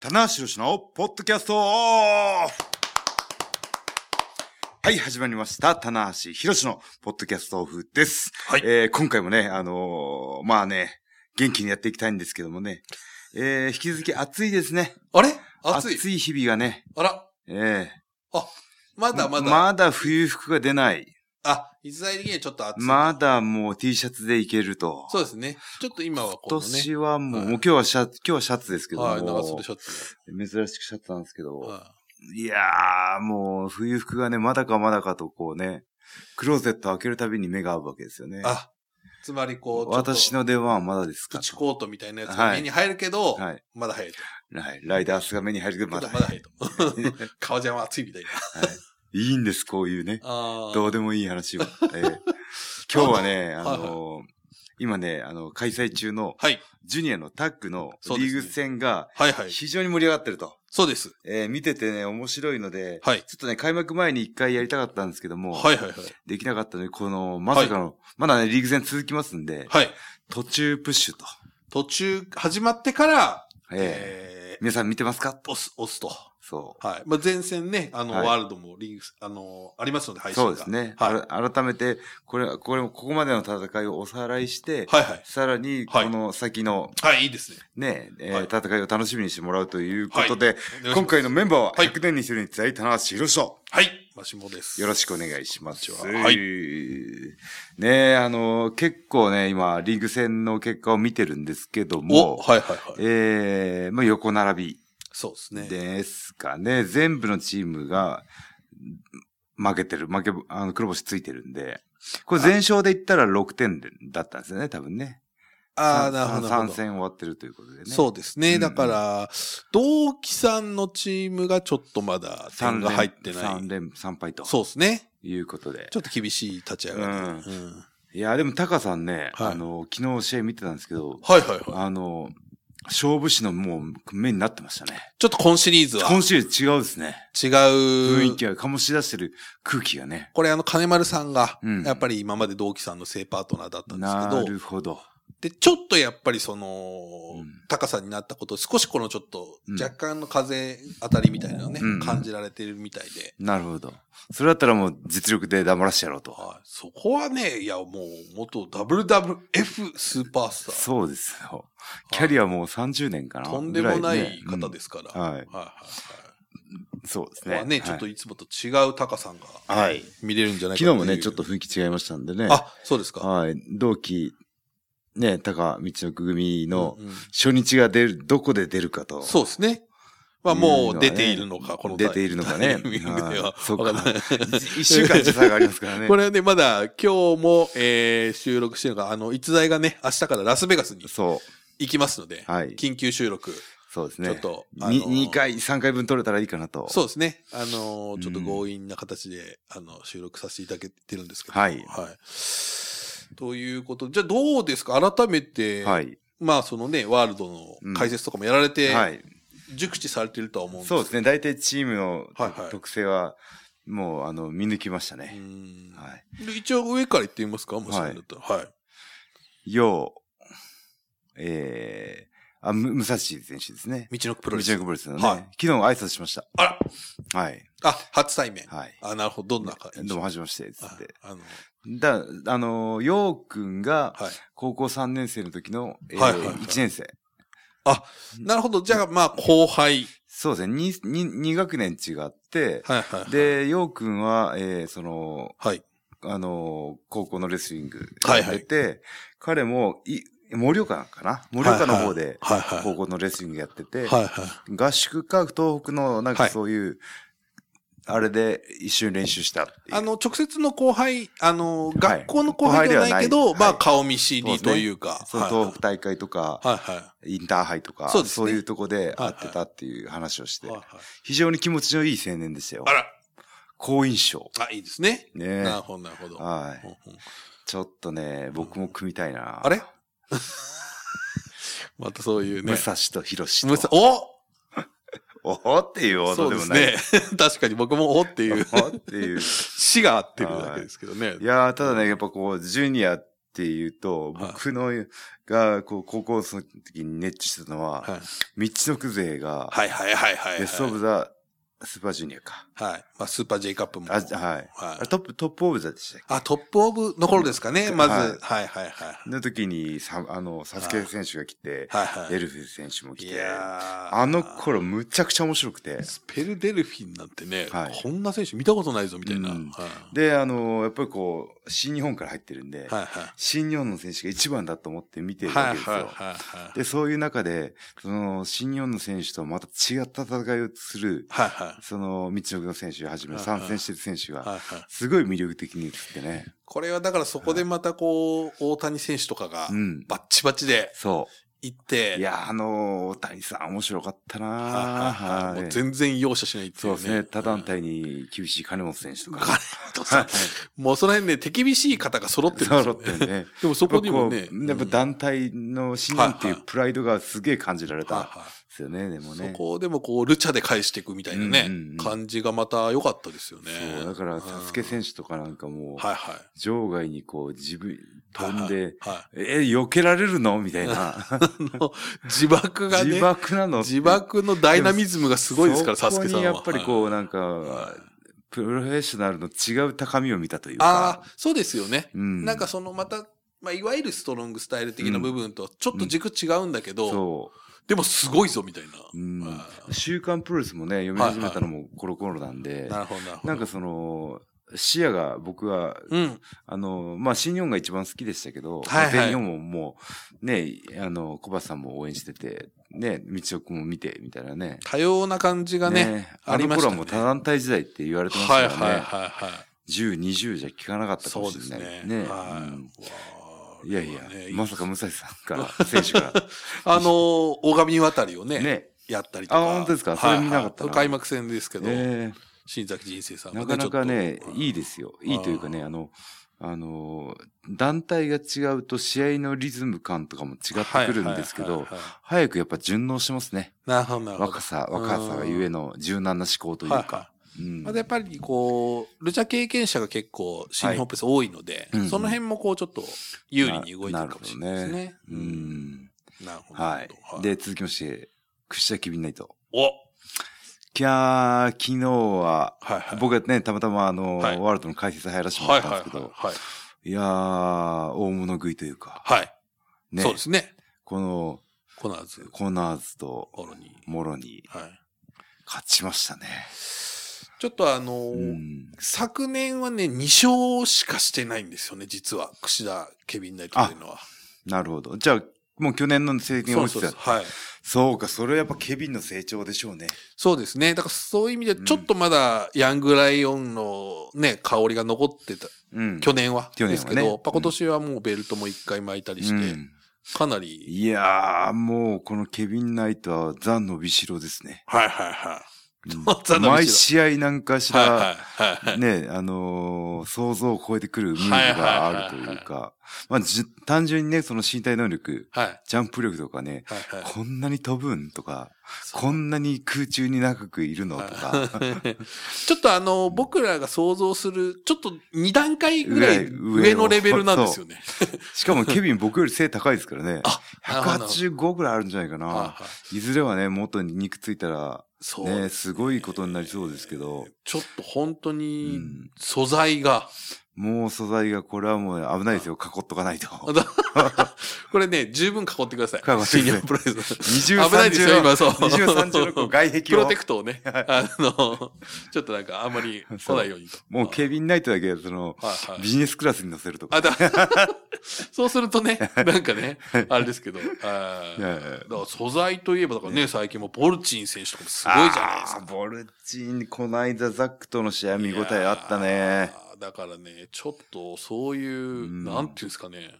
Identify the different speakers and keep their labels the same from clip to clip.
Speaker 1: 棚橋宏のポッドキャストオフはい、始まりました。棚橋宏のポッドキャストオフです。
Speaker 2: はい
Speaker 1: えー今回もね、あのーまあね、元気にやっていきたいんですけどもね、えー引き続き暑いですね。
Speaker 2: あれ暑い。
Speaker 1: 暑い日々がね、
Speaker 2: あら、
Speaker 1: え
Speaker 2: ま
Speaker 1: ー
Speaker 2: だまだ。
Speaker 1: まだ冬服が出ない。
Speaker 2: あ、一材的にはちょっと暑い。
Speaker 1: まだもう T シャツでいけると。
Speaker 2: そうですね。ちょっと今はこ
Speaker 1: 今
Speaker 2: のね。
Speaker 1: 年はもう、
Speaker 2: はい
Speaker 1: もう今日はシャツ、今日はシャツですけども、
Speaker 2: はい、長袖シャツ。
Speaker 1: 珍しくシャツなんですけど、
Speaker 2: はい
Speaker 1: やー、もう冬服がね、まだかまだかとこうね、クローゼット開けるたびに目が合うわけですよね
Speaker 2: い。あ、つまりこう、
Speaker 1: 私
Speaker 2: ちょっ
Speaker 1: の出番はまだですか
Speaker 2: とプチコートみたいなやつが
Speaker 1: はい
Speaker 2: 目に入るけど、
Speaker 1: はい。
Speaker 2: まだ早いと。
Speaker 1: はい。ライダースが目に入るけど、
Speaker 2: ま
Speaker 1: ま
Speaker 2: だ
Speaker 1: だ。
Speaker 2: まだ早いと。 革ジャンは暑いみたいな。
Speaker 1: いいんです、こういうね。
Speaker 2: あー
Speaker 1: どうでもいい話は。えー今日はね、あ
Speaker 2: はい
Speaker 1: のー今ね、あの、開催中の、
Speaker 2: はい。
Speaker 1: ジュニアのタッグの
Speaker 2: そうで
Speaker 1: リ
Speaker 2: す
Speaker 1: ー
Speaker 2: ね
Speaker 1: グ戦が、
Speaker 2: はいはい。
Speaker 1: 非常に盛り上がってると。
Speaker 2: そうです。
Speaker 1: えー見ててね、面白いので、
Speaker 2: はい。
Speaker 1: ちょっとね、開幕前に一回やりたかったんですけども、
Speaker 2: はいはいはい。
Speaker 1: できなかったので、この、まさかの、まだね、リーグ戦続きますんで、
Speaker 2: はい。
Speaker 1: 途中プッシュと。
Speaker 2: 途中、始まってから、
Speaker 1: ええ
Speaker 2: え
Speaker 1: 皆さん見てますか
Speaker 2: ー、押す、押すと。
Speaker 1: そ
Speaker 2: はい。まあ、前線ね、あの、
Speaker 1: はい
Speaker 2: ワールドもリンクス、あの、ありますので、
Speaker 1: う。
Speaker 2: 配信
Speaker 1: そ
Speaker 2: が。
Speaker 1: うですね。
Speaker 2: はい。
Speaker 1: あら改めて、これ、これも、ここまでの戦いをおさらいして、
Speaker 2: はいはい。
Speaker 1: さらに、
Speaker 2: はい
Speaker 1: この先の
Speaker 2: はい、いいですね。
Speaker 1: ね、えー
Speaker 2: はい
Speaker 1: 戦いを楽しみにしてもらうということで、今
Speaker 2: 今回、
Speaker 1: 回のメンバーは、
Speaker 2: はい
Speaker 1: 100年にするについ、棚橋宏と、
Speaker 2: はい、マシモです。
Speaker 1: よろしくお願いします。
Speaker 2: こんにちははい
Speaker 1: ねえ、あの、結構ね、今、リーグ戦の結果を見てるんですけど
Speaker 2: お、
Speaker 1: も、
Speaker 2: はいはいはい。
Speaker 1: ええまあ、横並
Speaker 2: そうです
Speaker 1: び
Speaker 2: ね。
Speaker 1: ですかね。全部のチームが、負けてる、負け、あの、黒星ついてるんで、これ全勝で言ったら6点だったんですよね、多分ね。
Speaker 2: ああ、
Speaker 1: さん
Speaker 2: なるほど。なる
Speaker 1: さん3
Speaker 2: ほど
Speaker 1: 戦終わってるということでね。
Speaker 2: そうです
Speaker 1: うんう
Speaker 2: ね。
Speaker 1: ん
Speaker 2: だから、同期さんのチームがちょっとまだ点が入ってな
Speaker 1: 3
Speaker 2: い。
Speaker 1: 連、3敗と。
Speaker 2: そうですね。
Speaker 1: いうことで
Speaker 2: ち。ょっと厳しい立ち上がりで。うん
Speaker 1: いや、でもタカさんね、
Speaker 2: はい
Speaker 1: あの、昨日試合見てたんですけど、
Speaker 2: はいはいはい。
Speaker 1: あの、勝負師のもう目になってましたね。
Speaker 2: ちょっと今シリーズは違
Speaker 1: 今週違うですね。
Speaker 2: う。
Speaker 1: 雰囲気が醸し出してる空気がね。
Speaker 2: これあの、金丸さんが
Speaker 1: うん、
Speaker 2: やっぱり今まで同期さんの正パートナーだったんですけど
Speaker 1: な、るほど。
Speaker 2: で、ちょっとやっぱりその、
Speaker 1: うん
Speaker 2: 高さになったこと、少しこのちょっと
Speaker 1: うん、
Speaker 2: 若干の風当たりみたいなのね、
Speaker 1: うん
Speaker 2: 感じられてるみたいで。
Speaker 1: なるほど。それだったらもう実力で黙らしてやろうと。
Speaker 2: はい。そこはね、いや、もう、元 WWF スーパースター。
Speaker 1: そうですよ。
Speaker 2: い
Speaker 1: キャリアもう30年かな。
Speaker 2: とんでもな
Speaker 1: ぐらね
Speaker 2: い方ですから。
Speaker 1: うんはい。
Speaker 2: はいはいはい。
Speaker 1: そうです
Speaker 2: ここ
Speaker 1: ね。
Speaker 2: はね、ちょっといつもと違う高さんが
Speaker 1: はい。はい。
Speaker 2: 見れるんじゃないか
Speaker 1: 昨日もね、ちょっ
Speaker 2: と
Speaker 1: と雰囲気違いましたんでね
Speaker 2: いう。。あ、そうですか。
Speaker 1: はい。同期、ね、タカ、道のく組の
Speaker 2: うんうん
Speaker 1: 初日が出る、どこで出るかと。
Speaker 2: そうですね。まあ、もう出ているのか、この
Speaker 1: 出ているのかね
Speaker 2: タイミングで
Speaker 1: はい
Speaker 2: は。
Speaker 1: そうか
Speaker 2: わかんない
Speaker 1: 一一週間時差がありますからね
Speaker 2: こ。れはね、まだ今日も、えー収録してるのが、あの、逸材がね、明日からラスベガスに
Speaker 1: そ
Speaker 2: 行きますので、
Speaker 1: う。はい。
Speaker 2: 緊急収録、
Speaker 1: そうです
Speaker 2: ち
Speaker 1: ね。
Speaker 2: ょっと、あの
Speaker 1: に二回、三回分取れたらいいかなと。
Speaker 2: そうですね。あの
Speaker 1: うん
Speaker 2: ちょっと強引な形で、あの、収録させていただけてるんですけど。
Speaker 1: はい
Speaker 2: はい。ということで、じゃあどうですか改めて、
Speaker 1: はい。
Speaker 2: まあそのね、ワールドの解説とかもやられて、
Speaker 1: はい。
Speaker 2: 熟知されてるとは思うんですけ
Speaker 1: そ
Speaker 2: ど。
Speaker 1: うですね。大体チームの
Speaker 2: はいはい
Speaker 1: 特性は、もう、あの、見抜きましたね。
Speaker 2: うん
Speaker 1: はい。
Speaker 2: で一応上から言ってみますかもしなんだったら。はい。
Speaker 1: よう、えー、あ、む武蔵選手ですね。
Speaker 2: 道のくプ
Speaker 1: プ
Speaker 2: ロ
Speaker 1: ロ
Speaker 2: レ
Speaker 1: ジェ
Speaker 2: ス
Speaker 1: ク。トプロレスのね。
Speaker 2: はい
Speaker 1: 昨日挨拶しました。
Speaker 2: あら
Speaker 1: はい。
Speaker 2: あ、初対面。
Speaker 1: はい。
Speaker 2: あ、なるほど。どんな感じ
Speaker 1: どうも、はじめまして、つ
Speaker 2: あ
Speaker 1: って。
Speaker 2: あの、
Speaker 1: だ、あの、ようくんが、
Speaker 2: はい。
Speaker 1: 高校3年生の時の、えー
Speaker 2: はいはいはい
Speaker 1: 1年生。
Speaker 2: なるほど。じゃあ、まあ、後輩。
Speaker 1: そうですね。2、二二学年違って、
Speaker 2: はいはい。、
Speaker 1: で、ようくんは、えーその、
Speaker 2: はい。
Speaker 1: あのー高校のレスリング
Speaker 2: はい
Speaker 1: やってて、彼も、い、盛岡かな盛岡の方で、
Speaker 2: はいはい。
Speaker 1: 高校のレスリングやってて、
Speaker 2: はいはい。
Speaker 1: 合宿か東北の、なん
Speaker 2: は
Speaker 1: か
Speaker 2: い
Speaker 1: そういう、あれで一緒に練習したっていう
Speaker 2: あの、直接の後輩、あの、
Speaker 1: はい
Speaker 2: 学校の後輩ではない
Speaker 1: 後輩
Speaker 2: け
Speaker 1: では
Speaker 2: ど、
Speaker 1: ない
Speaker 2: ま
Speaker 1: は
Speaker 2: あ、
Speaker 1: い
Speaker 2: 顔見知りというか。
Speaker 1: その
Speaker 2: はいはい
Speaker 1: 東北大会とか、
Speaker 2: はいはい。は
Speaker 1: インターハイとか、
Speaker 2: そ
Speaker 1: そうう
Speaker 2: ですね
Speaker 1: いうとこで会ってたっていう話をして、
Speaker 2: いはい。
Speaker 1: 非常に気持ちのいい青年でしたよ
Speaker 2: あ。ら、
Speaker 1: 好印象。
Speaker 2: あ、いいですね。
Speaker 1: ね
Speaker 2: なるほど、なるほど。
Speaker 1: は
Speaker 2: ほ
Speaker 1: い。
Speaker 2: んほん
Speaker 1: ちょっとね、僕も組みたいな。
Speaker 2: あれ またそういうね
Speaker 1: 武。蔵と広
Speaker 2: む
Speaker 1: 志
Speaker 2: さ
Speaker 1: と。
Speaker 2: お
Speaker 1: おおっていう音
Speaker 2: そう
Speaker 1: で
Speaker 2: で
Speaker 1: も
Speaker 2: す
Speaker 1: ない。
Speaker 2: ね。 確かに僕も おっていう
Speaker 1: おおっていう。
Speaker 2: 死が合ってるだけですけどね
Speaker 1: い。やー、ただね、やっぱこう、ジュニアっていうと、僕のがこう高校生の時に熱中してたのは、
Speaker 2: はい
Speaker 1: 道のくぜが、
Speaker 2: はいはいはいはいはい。
Speaker 1: ベストオブザ・スーパージュニアか。
Speaker 2: はい。まあ、スーパー J カップも。
Speaker 1: あ、はい。あれトップ、トップオブザでしたっけ
Speaker 2: あ、トップオブの頃ですかね、
Speaker 1: うん
Speaker 2: まず。
Speaker 1: はい
Speaker 2: はいはいはい。
Speaker 1: の時に、さ、あの、サスケ選手が来て、
Speaker 2: はいはい。
Speaker 1: エルフィス選手も来
Speaker 2: い
Speaker 1: て、
Speaker 2: やー
Speaker 1: あの頃むちゃくちゃ面白くて、
Speaker 2: スペルデルフィンなんてね、
Speaker 1: はい
Speaker 2: こんな選手見たことないぞみたいな。
Speaker 1: うん
Speaker 2: はい
Speaker 1: で、あの、やっぱりこう、新日本から入ってるんで、
Speaker 2: はいはい。
Speaker 1: 新日本の選手が一番だと思って見てる
Speaker 2: は
Speaker 1: わ
Speaker 2: い
Speaker 1: けです
Speaker 2: はい
Speaker 1: よ。
Speaker 2: はい。
Speaker 1: で、そういう中で、その、新日本の選手とまた違った戦いをする、
Speaker 2: はいはい。
Speaker 1: その、道の駅の選手をはじめ、
Speaker 2: はい
Speaker 1: 参戦してる選手が、
Speaker 2: はいはい、
Speaker 1: すごい魅力的に映ってね。
Speaker 2: これはだからそこでまたこう、大谷選手とかが
Speaker 1: うん。
Speaker 2: バッチバチで
Speaker 1: そ
Speaker 2: 行っ
Speaker 1: う。
Speaker 2: て、
Speaker 1: いや、あの、大谷さん面白かったな
Speaker 2: はいはいはい
Speaker 1: は
Speaker 2: もう
Speaker 1: い。
Speaker 2: 全然容赦しないってい
Speaker 1: そうう
Speaker 2: ね。
Speaker 1: ですね。他団
Speaker 2: うん
Speaker 1: 体に厳しい金本選手と
Speaker 2: 金
Speaker 1: か。
Speaker 2: 本さんもうその辺ね、手厳しい方が揃ってるんです
Speaker 1: 揃
Speaker 2: よ、
Speaker 1: っ
Speaker 2: ね。
Speaker 1: てるね。
Speaker 2: でも そこにもね
Speaker 1: こ、うやっぱ団体の新日っていうプライドがすげえ感じられたん
Speaker 2: はいはい
Speaker 1: ですよね、でも
Speaker 2: そ
Speaker 1: ね。
Speaker 2: こでもこう、ルチャで返していくみたいなね、
Speaker 1: うんうんうん
Speaker 2: 感じがまた良かったですよね。
Speaker 1: そう、だから、サスケ
Speaker 2: 手。
Speaker 1: 選手とかなんかもう、
Speaker 2: はいはい。
Speaker 1: 場外にこう自分飛んで、
Speaker 2: はいは
Speaker 1: え、避けられるのみたいな。
Speaker 2: いはい。あの自爆 がね、
Speaker 1: 自
Speaker 2: 自爆
Speaker 1: 爆なの
Speaker 2: のダイナミズムがすごいですから、
Speaker 1: そ
Speaker 2: サ
Speaker 1: こ
Speaker 2: スケさん
Speaker 1: に
Speaker 2: は。
Speaker 1: やっぱりこうなん
Speaker 2: は
Speaker 1: か
Speaker 2: い、
Speaker 1: プロフェッショナルの違う高みを見たという
Speaker 2: あ
Speaker 1: か
Speaker 2: あ。、そうですよね。
Speaker 1: うん
Speaker 2: なんかそのまた、まあ、いわゆるストロングスタイル的な部分とちょっと軸違うんだけど、
Speaker 1: そ
Speaker 2: でもすごいぞみたいな。
Speaker 1: う。うん
Speaker 2: あ。
Speaker 1: 週刊プロレスもね、読み始めたのもコロコロなんで、
Speaker 2: なるほど、なるほど。
Speaker 1: なんかその、視野が僕は、
Speaker 2: うん。
Speaker 1: あの、まあ、新日本が一番好きでしたけど、
Speaker 2: はいはい
Speaker 1: 全日本ももう、ね、あの、小橋さんも応援してて、ね、道夫君も見て、みたいなね。
Speaker 2: 多様な感じがね、あ
Speaker 1: あ
Speaker 2: り
Speaker 1: の
Speaker 2: まし
Speaker 1: 頃
Speaker 2: た
Speaker 1: は
Speaker 2: ね
Speaker 1: もう多団体時代って言われてました
Speaker 2: はい
Speaker 1: よね。
Speaker 2: はいはいはい。
Speaker 1: 10、20じゃ聞かなかったか
Speaker 2: そ
Speaker 1: も
Speaker 2: う
Speaker 1: し
Speaker 2: で
Speaker 1: れ
Speaker 2: す
Speaker 1: ない。
Speaker 2: ね。
Speaker 1: ねう
Speaker 2: はい
Speaker 1: ん
Speaker 2: わあ
Speaker 1: いやいや
Speaker 2: これはね、
Speaker 1: まさか武蔵さんから、選手が。
Speaker 2: あのー、大神渡りを ね、
Speaker 1: ね。
Speaker 2: やったりとか。
Speaker 1: あ本当ですかそれ見なかったな
Speaker 2: はいはい開幕戦ですけど、
Speaker 1: え
Speaker 2: 新崎人生さん
Speaker 1: ーなかなかね、いい
Speaker 2: で
Speaker 1: ですよ。いいというかね、あの、あの、団体が違うと試合のリズム感とかも違ってくるんですけど、早くやっぱ順応してますね。
Speaker 2: なるほど、なるほど。
Speaker 1: 若さ、若さがゆえの柔軟な思考という
Speaker 2: はいはい
Speaker 1: か。うん
Speaker 2: まあ、やっぱりこう、ルチャ経験者が結構、新日本プロレス多いので、
Speaker 1: うんうん
Speaker 2: その辺もこう、ちょっと有利に動いてるかもしれないです
Speaker 1: な
Speaker 2: ね。
Speaker 1: う。ん。
Speaker 2: なるほど。
Speaker 1: はい。で、
Speaker 2: で、
Speaker 1: 続きまして、串焼きビンナイト。
Speaker 2: お
Speaker 1: きゃー、昨日は、
Speaker 2: はいはい。
Speaker 1: 僕はね、たまたまあの、
Speaker 2: はい
Speaker 1: ワールドの解説入らせても
Speaker 2: は
Speaker 1: ら
Speaker 2: い
Speaker 1: ったんで
Speaker 2: は
Speaker 1: すけ
Speaker 2: い
Speaker 1: ど、い
Speaker 2: はい。
Speaker 1: やー、大物食いというか、
Speaker 2: はい。
Speaker 1: ね
Speaker 2: そうで、すね。
Speaker 1: この
Speaker 2: コナーズ、
Speaker 1: コーナーズと
Speaker 2: コロニ
Speaker 1: モロに
Speaker 2: ー。はい。
Speaker 1: 勝ちましたね。
Speaker 2: ちょっとあのー
Speaker 1: うん、
Speaker 2: 昨年はね、2勝しかしてないんですよね、実は。櫛田ケビンナイトっていうのは。
Speaker 1: なるほど。じゃあ、もう去年の成績を
Speaker 2: そう
Speaker 1: 落ち
Speaker 2: そう
Speaker 1: てた。
Speaker 2: そ
Speaker 1: そう
Speaker 2: う。はい。
Speaker 1: か、それはやっぱケビンの成長でしょうね。
Speaker 2: そうですね。だからそういう意味で、
Speaker 1: うん
Speaker 2: ちょっとまだ、ヤングライオンのね、香りが残ってた、
Speaker 1: うん。
Speaker 2: 去年は。
Speaker 1: 去年はね
Speaker 2: ですけど、やっぱ
Speaker 1: うん
Speaker 2: 今年はもうベルトも一回巻いたりして、
Speaker 1: うん
Speaker 2: かなり。
Speaker 1: いやー、もうこのケビン・ナイトはザ・伸びしろですね。
Speaker 2: はいはい は
Speaker 1: うん
Speaker 2: ザ伸び
Speaker 1: 毎
Speaker 2: し
Speaker 1: 試合なんかし
Speaker 2: い。はいは
Speaker 1: ら、
Speaker 2: いはい。
Speaker 1: ね、あのー想像を超えてくるムーブがあるというか、まあ、じ単純にね、その身体能力、
Speaker 2: はいはい
Speaker 1: ジャンプ力とかね、
Speaker 2: はい。
Speaker 1: こんなに飛ぶんとか、
Speaker 2: そう
Speaker 1: こんなに空中に長くいるのとか、
Speaker 2: ちょっとあの、僕らが想像する、ちょっと2段階ぐらい
Speaker 1: ぐらい上を
Speaker 2: 上のレベルなんですよね。
Speaker 1: しかもケビン僕より背高いですからね、
Speaker 2: あ
Speaker 1: 185ぐらいあるんじゃないか
Speaker 2: は
Speaker 1: な。
Speaker 2: いはい
Speaker 1: いずれはね、もっと肉ついたら、
Speaker 2: そう
Speaker 1: ね、すごいことになりそうですけど、
Speaker 2: ちょっと本当
Speaker 1: う
Speaker 2: に
Speaker 1: ん
Speaker 2: 素材が、
Speaker 1: もう素材が、これはもう危ないですよ、囲っとかないと。
Speaker 2: これね、十分囲ってください。
Speaker 1: 囲ってください
Speaker 2: シニアプロレス。
Speaker 1: 二
Speaker 2: 危
Speaker 1: 重
Speaker 2: ない
Speaker 1: 三
Speaker 2: ですよ、
Speaker 1: 重の、
Speaker 2: 今、そう。
Speaker 1: 二重三重のこう外
Speaker 2: プ
Speaker 1: 壁
Speaker 2: ロ
Speaker 1: を
Speaker 2: テ、クトをね、あの、ちょっとなんかあんまり来ないようにと。
Speaker 1: もうケビンナイトだけ、その、
Speaker 2: はいはい
Speaker 1: ビジネスクラスに乗せるとか。
Speaker 2: あ、だ、そうするとね、なんかね、あれですけど、あー
Speaker 1: いやいやいや
Speaker 2: だから素材といえば、だからね、最近もボルチン選手とかもすごいじゃないです
Speaker 1: あー
Speaker 2: か。
Speaker 1: ボルチン、こないだザックとの試合見応えあったね。
Speaker 2: いやー。だからね、ちょっとそういう、
Speaker 1: ん
Speaker 2: なんていうんですかね、